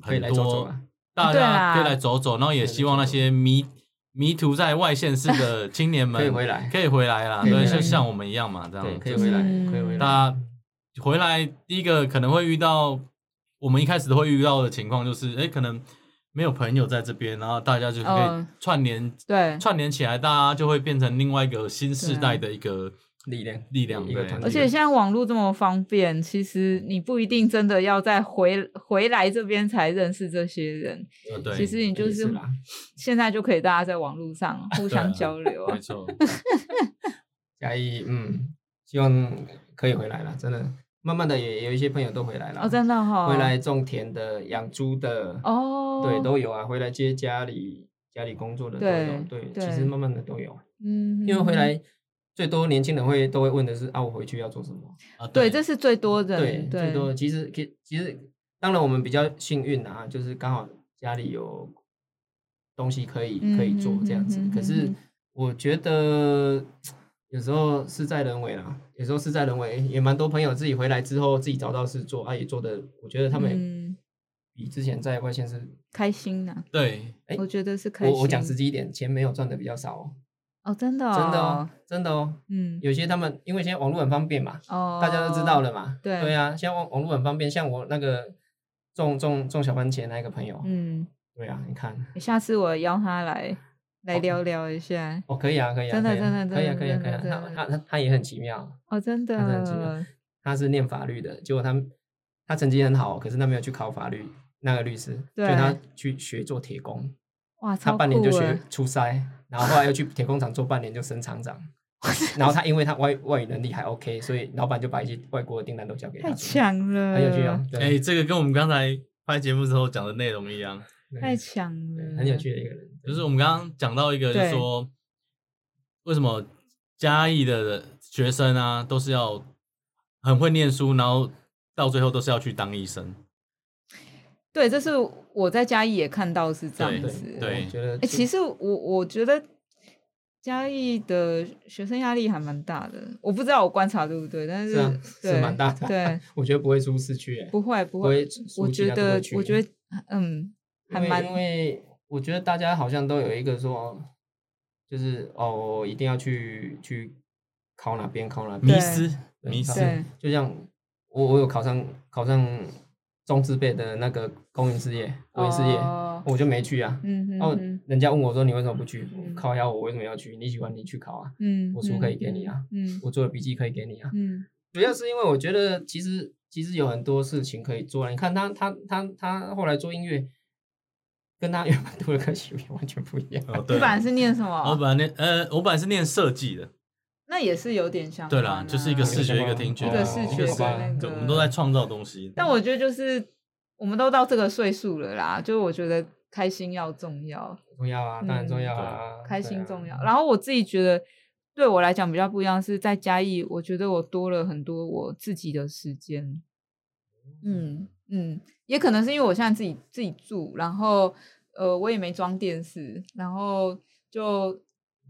Speaker 4: 可
Speaker 2: [LAUGHS]
Speaker 4: 以
Speaker 2: 很
Speaker 4: 来走走
Speaker 2: 多
Speaker 4: 啊
Speaker 2: 大
Speaker 1: 对
Speaker 2: 家
Speaker 1: 啦
Speaker 2: 可以来走走，然后也希望那些迷迷途在外县市
Speaker 4: [LAUGHS]
Speaker 2: 的青年们
Speaker 4: 可以回来，
Speaker 2: 可以回来啦，
Speaker 4: 可以
Speaker 2: 对，
Speaker 4: 回来嗯
Speaker 2: 就像我们一样嘛，这样
Speaker 4: 对，可以
Speaker 2: 就是
Speaker 4: 回来，
Speaker 1: 嗯
Speaker 4: 可以回来，
Speaker 2: 大家回来第一个可能会遇到，我们一开始会遇到的情况就是，哎，可能没有朋友在这边，然后大家就可以
Speaker 1: 嗯
Speaker 2: 串联、
Speaker 1: 对，
Speaker 2: 串联起来，大家就会变成另外一个新世
Speaker 1: 啊
Speaker 2: 代的一个
Speaker 4: 力量
Speaker 2: 力量，
Speaker 4: 一个
Speaker 2: 对
Speaker 4: 团体
Speaker 1: 而且现在网络这么方便，其实你不一定真的要再回回来这边才认识这些人，
Speaker 2: 呃对，
Speaker 1: 其实你就
Speaker 4: 也是
Speaker 1: 是
Speaker 4: 啦
Speaker 1: 现在就可以大家在网络上
Speaker 4: [LAUGHS]
Speaker 1: 互相交流啊
Speaker 2: 没。错，
Speaker 4: 嘉义，嗯，希望可以回来了，真的，慢慢的也有一些朋友都回来了，
Speaker 1: 哦，真的哈、哦，
Speaker 4: 啊回来种田的、养猪的，
Speaker 1: 哦，
Speaker 4: 对，都有啊，回来接家里家里工作的都有，对，
Speaker 1: 对
Speaker 4: 其实慢慢的都有，
Speaker 1: 嗯，
Speaker 4: 因为回来最多年轻人会都会问的是啊，我回去要做什么？
Speaker 2: [LAUGHS] 啊
Speaker 1: 对，这是最多的，
Speaker 4: 对，
Speaker 1: 对，
Speaker 4: 最多其实其其实当然我们比较幸运啊，就是刚好家里有东西可以可以做
Speaker 1: 嗯哼
Speaker 4: 这样子
Speaker 1: 嗯哼，
Speaker 4: 可
Speaker 1: 嗯
Speaker 4: 是
Speaker 1: 哼
Speaker 4: 我觉得。有时候事在人为啦，有时候事在人为，也蛮多朋友自己回来之后自己找到事做，啊也做的，我觉得他们
Speaker 1: 嗯
Speaker 4: 比之前在外县市
Speaker 1: 开心呐、
Speaker 2: 对
Speaker 4: 哎
Speaker 1: 我觉得是开心。
Speaker 4: 我我讲实际一点，钱没有赚的比较少哦，
Speaker 1: 哦，真的、哦，
Speaker 4: 真的哦，，真的哦。
Speaker 1: 嗯，
Speaker 4: 有些他们因为现在网络很方便嘛，
Speaker 1: 哦，
Speaker 4: 大家都知道，了嘛。
Speaker 1: 对
Speaker 4: 对啊，现在网网络很方便，像我那个种种种小番茄那个朋友，
Speaker 1: 嗯，
Speaker 4: 对啊，你看，
Speaker 1: 下次我邀他来来聊聊一下，
Speaker 4: 哦，可以啊，可以啊，
Speaker 1: 真的
Speaker 4: 可以啊
Speaker 1: 真的
Speaker 4: 可以啊，
Speaker 1: 真的
Speaker 4: 可以啊，可以啊。
Speaker 1: 真的
Speaker 4: 他他他他也很奇妙，
Speaker 1: 哦，真的，
Speaker 4: 他真的很奇妙他是念法律的，结果他他成绩很好，可是他没有去考法律那个律师，
Speaker 1: 对
Speaker 4: 所以他去学做铁工，
Speaker 1: 哇，
Speaker 4: 他
Speaker 1: 超
Speaker 4: 半年就
Speaker 1: 酷
Speaker 4: 学
Speaker 1: 欸
Speaker 4: 初筛，然后后来又去铁工厂做半年就升
Speaker 1: [LAUGHS]
Speaker 4: 厂长。然后他因为他外外语能力还 OK，所以老板就把一些外国的订单都交给他
Speaker 1: 太
Speaker 4: 做，
Speaker 1: 强了，
Speaker 4: 很有趣哦。对，
Speaker 2: 哎、这个跟我们刚才拍节目之后讲的内容一样，
Speaker 4: 对
Speaker 1: 太强
Speaker 4: 对
Speaker 1: 了，
Speaker 4: 很有趣的一个人，
Speaker 2: 就是我们刚刚讲到一个，就
Speaker 1: 对
Speaker 2: 是说为什么嘉义的学生啊都是要很会念书，然后到最后都是要去当医生。
Speaker 1: 对，这是我在嘉义也看到是这样
Speaker 2: 对
Speaker 1: 子，
Speaker 2: 对
Speaker 4: 我觉得
Speaker 1: 哎、其实我我觉得嘉义的学生压力还蛮大的，我不知道我观察对不对，但
Speaker 4: 是啊
Speaker 1: 对
Speaker 4: 是蛮大的，
Speaker 1: 对，
Speaker 4: 我觉得不会输市区，哎
Speaker 1: 不会不
Speaker 4: 不
Speaker 1: 会，
Speaker 4: 会输，
Speaker 1: 我
Speaker 4: 输其
Speaker 1: 觉
Speaker 4: 他都
Speaker 1: 得
Speaker 4: 会去
Speaker 1: 我觉得嗯还
Speaker 4: 因为
Speaker 1: 蛮
Speaker 4: 因为我觉得大家好像都有一个说，就是哦，我一定要去去考哪边考哪边，
Speaker 2: 迷失，
Speaker 4: 对
Speaker 2: 迷失，
Speaker 1: 对
Speaker 4: 就像我我有考上考上中字辈的那个公营事业、国营事业，
Speaker 1: 哦
Speaker 4: 我就没去啊。
Speaker 1: 嗯哼
Speaker 4: 哦
Speaker 1: 哼，
Speaker 4: 人家问我说你为什么不去
Speaker 1: 嗯？
Speaker 4: 考一下我为什么要去？你喜欢你去考啊，
Speaker 1: 嗯，
Speaker 4: 我书可以给你啊
Speaker 1: 嗯，
Speaker 4: 我做的笔记可以给你啊。
Speaker 1: 嗯
Speaker 4: 主要是因为我觉得其实其实有很多事情可以做啊。你看他他他他后来做音乐，跟他 [LAUGHS] 原本读的科系完全不一样。
Speaker 2: 哦，
Speaker 1: 嗯，
Speaker 2: 对
Speaker 1: 你本。来是念什
Speaker 4: 哦
Speaker 2: 我
Speaker 1: 么？
Speaker 2: 本来念呃，我本来是念设计的，
Speaker 1: 那也是有点啊像，
Speaker 2: 对啦，就是一个视觉，一个听觉，
Speaker 1: 一个视
Speaker 2: 一
Speaker 1: 觉
Speaker 2: 个
Speaker 1: 跟那个
Speaker 2: 对，我们都在创造东西。
Speaker 1: 但我觉得就是我们都到这个岁数了啦，就我觉得开心要重要。
Speaker 4: 重要啊，当然重要啊，
Speaker 1: 嗯开
Speaker 4: 对
Speaker 1: 心
Speaker 4: 啊
Speaker 1: 重要。然后我自己觉得，对我来讲比较不一样是在嘉义，我觉得我多了很多我自己的时间。嗯嗯，也可能是因为我现在自己自己住，然后呃，我也没装电视，然后就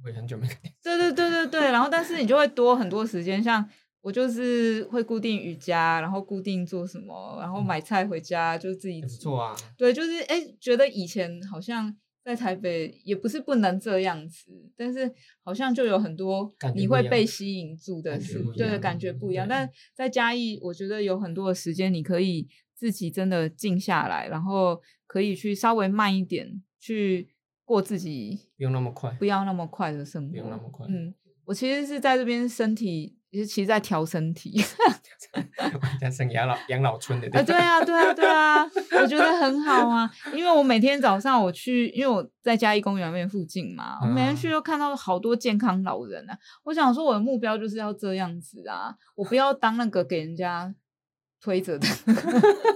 Speaker 4: 我也很久没
Speaker 1: 对对对对对，然后但是你就会多很多时间，像我就是会固定瑜伽，然后固定做什么，然后买菜回家就自己
Speaker 4: 嗯也不错啊，
Speaker 1: 对，就是哎、诶觉得以前好像在台北也不是不能这样子，但是好像就有很多
Speaker 4: 感觉
Speaker 1: 你
Speaker 4: 不
Speaker 1: 会
Speaker 4: 一
Speaker 1: 被
Speaker 4: 样
Speaker 1: 吸引住的
Speaker 4: 感觉
Speaker 1: 事
Speaker 4: 不，一
Speaker 1: 对，
Speaker 4: 样
Speaker 1: 感觉不一样。
Speaker 4: 对
Speaker 1: 但在嘉义，我觉得有很多的时间，你可以自己真的静下来，然后可以去稍微慢一点去过自己
Speaker 4: 不用那么快，
Speaker 1: 不要那么快的生活，
Speaker 4: 不用那么快
Speaker 1: 嗯，我其实是在这边身体，其实其实在调身体。
Speaker 4: 像生养老养老村 [LAUGHS] 的
Speaker 1: 啊，对啊，对啊，对啊，我觉得很好啊，因为我每天早上我去，因为我在嘉义公园那边附近嘛，我每天去
Speaker 4: 嗯
Speaker 1: 就看到好多健康老人啊。我想说，我的目标就是要这样子啊，我不要当那个给人家推着的。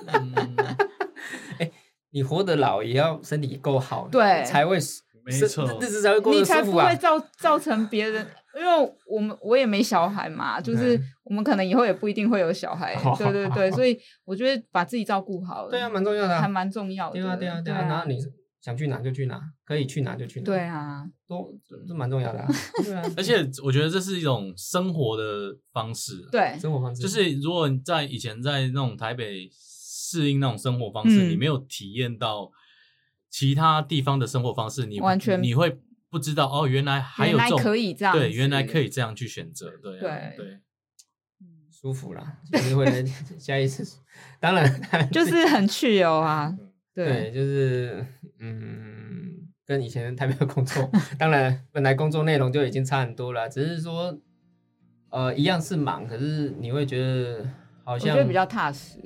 Speaker 2: 嗯
Speaker 4: 你活得老也要身体够好，
Speaker 1: 对
Speaker 4: 才会
Speaker 2: 没
Speaker 4: 是
Speaker 2: 错
Speaker 4: 日 [LAUGHS] 子才会过
Speaker 1: 你
Speaker 4: 得
Speaker 1: 才
Speaker 4: 舒
Speaker 1: 不
Speaker 4: 服啊
Speaker 1: 会。造造成别人，因为我们我也没小孩嘛，就是
Speaker 4: 嗯
Speaker 1: 我们可能以后也不一定会有小
Speaker 4: [LAUGHS]
Speaker 1: 孩，对对对，所以我觉得把自己照顾好，
Speaker 4: 对啊，蛮重要的啊，
Speaker 1: 还蛮重要的，
Speaker 4: 对啊，对啊，对
Speaker 1: 对
Speaker 4: 啊。然后你想去哪就去哪，可以去哪就去哪，
Speaker 1: 对，啊，
Speaker 4: 都这蛮重要的
Speaker 1: [LAUGHS]
Speaker 4: 啊。
Speaker 2: [LAUGHS]
Speaker 4: 对啊，
Speaker 2: 而且我觉得这是一种生活的方式，啊
Speaker 1: 对，啊
Speaker 4: 生活方式
Speaker 2: 就是如果你在以前在那种台北适应那种生活方式，
Speaker 1: 嗯
Speaker 2: 你没有体验到其他地方的生活方式，你
Speaker 1: 完全
Speaker 2: 你会不知道哦，原来还有
Speaker 1: 原来
Speaker 2: 这种
Speaker 1: 可以这样子，
Speaker 2: 对，原来可以这样去选择，对啊
Speaker 1: 对
Speaker 2: 对，
Speaker 1: [LAUGHS]
Speaker 4: 舒服啦，就是会来下一次。当然， [LAUGHS]
Speaker 1: 就是很去油啊，对，
Speaker 4: 就是嗯，跟以前台北的工作， [LAUGHS] 当然本来工作内容就已经差很多了，只是说呃一样是忙，可是你会觉得好
Speaker 1: 我
Speaker 4: 像
Speaker 1: 觉得比较踏实，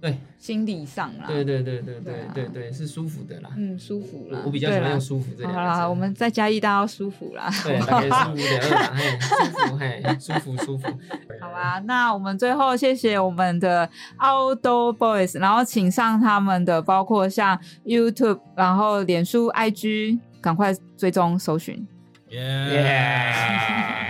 Speaker 4: 对
Speaker 1: 心理上啦，
Speaker 4: 对对对对
Speaker 1: 对
Speaker 4: 对
Speaker 1: 啊
Speaker 4: 对对是舒服的啦。
Speaker 1: 嗯，舒服啦
Speaker 4: 我。我比较喜欢用
Speaker 1: 对
Speaker 4: 舒服这
Speaker 1: 啦
Speaker 4: 两
Speaker 1: 好
Speaker 4: 个字。
Speaker 1: 啦，我们在嘉义大家要舒服啦。 [LAUGHS]
Speaker 4: 对，大概是五点二啦，嘿，舒服，嘿，舒服，舒服。
Speaker 1: 好啊吧，
Speaker 4: [LAUGHS]
Speaker 1: 那我们最后谢谢我们的 Outdoor Boys，然后请上他们的包括像 YouTube，然后脸书、IG，赶快追踪搜寻。
Speaker 2: 耶
Speaker 4: 耶。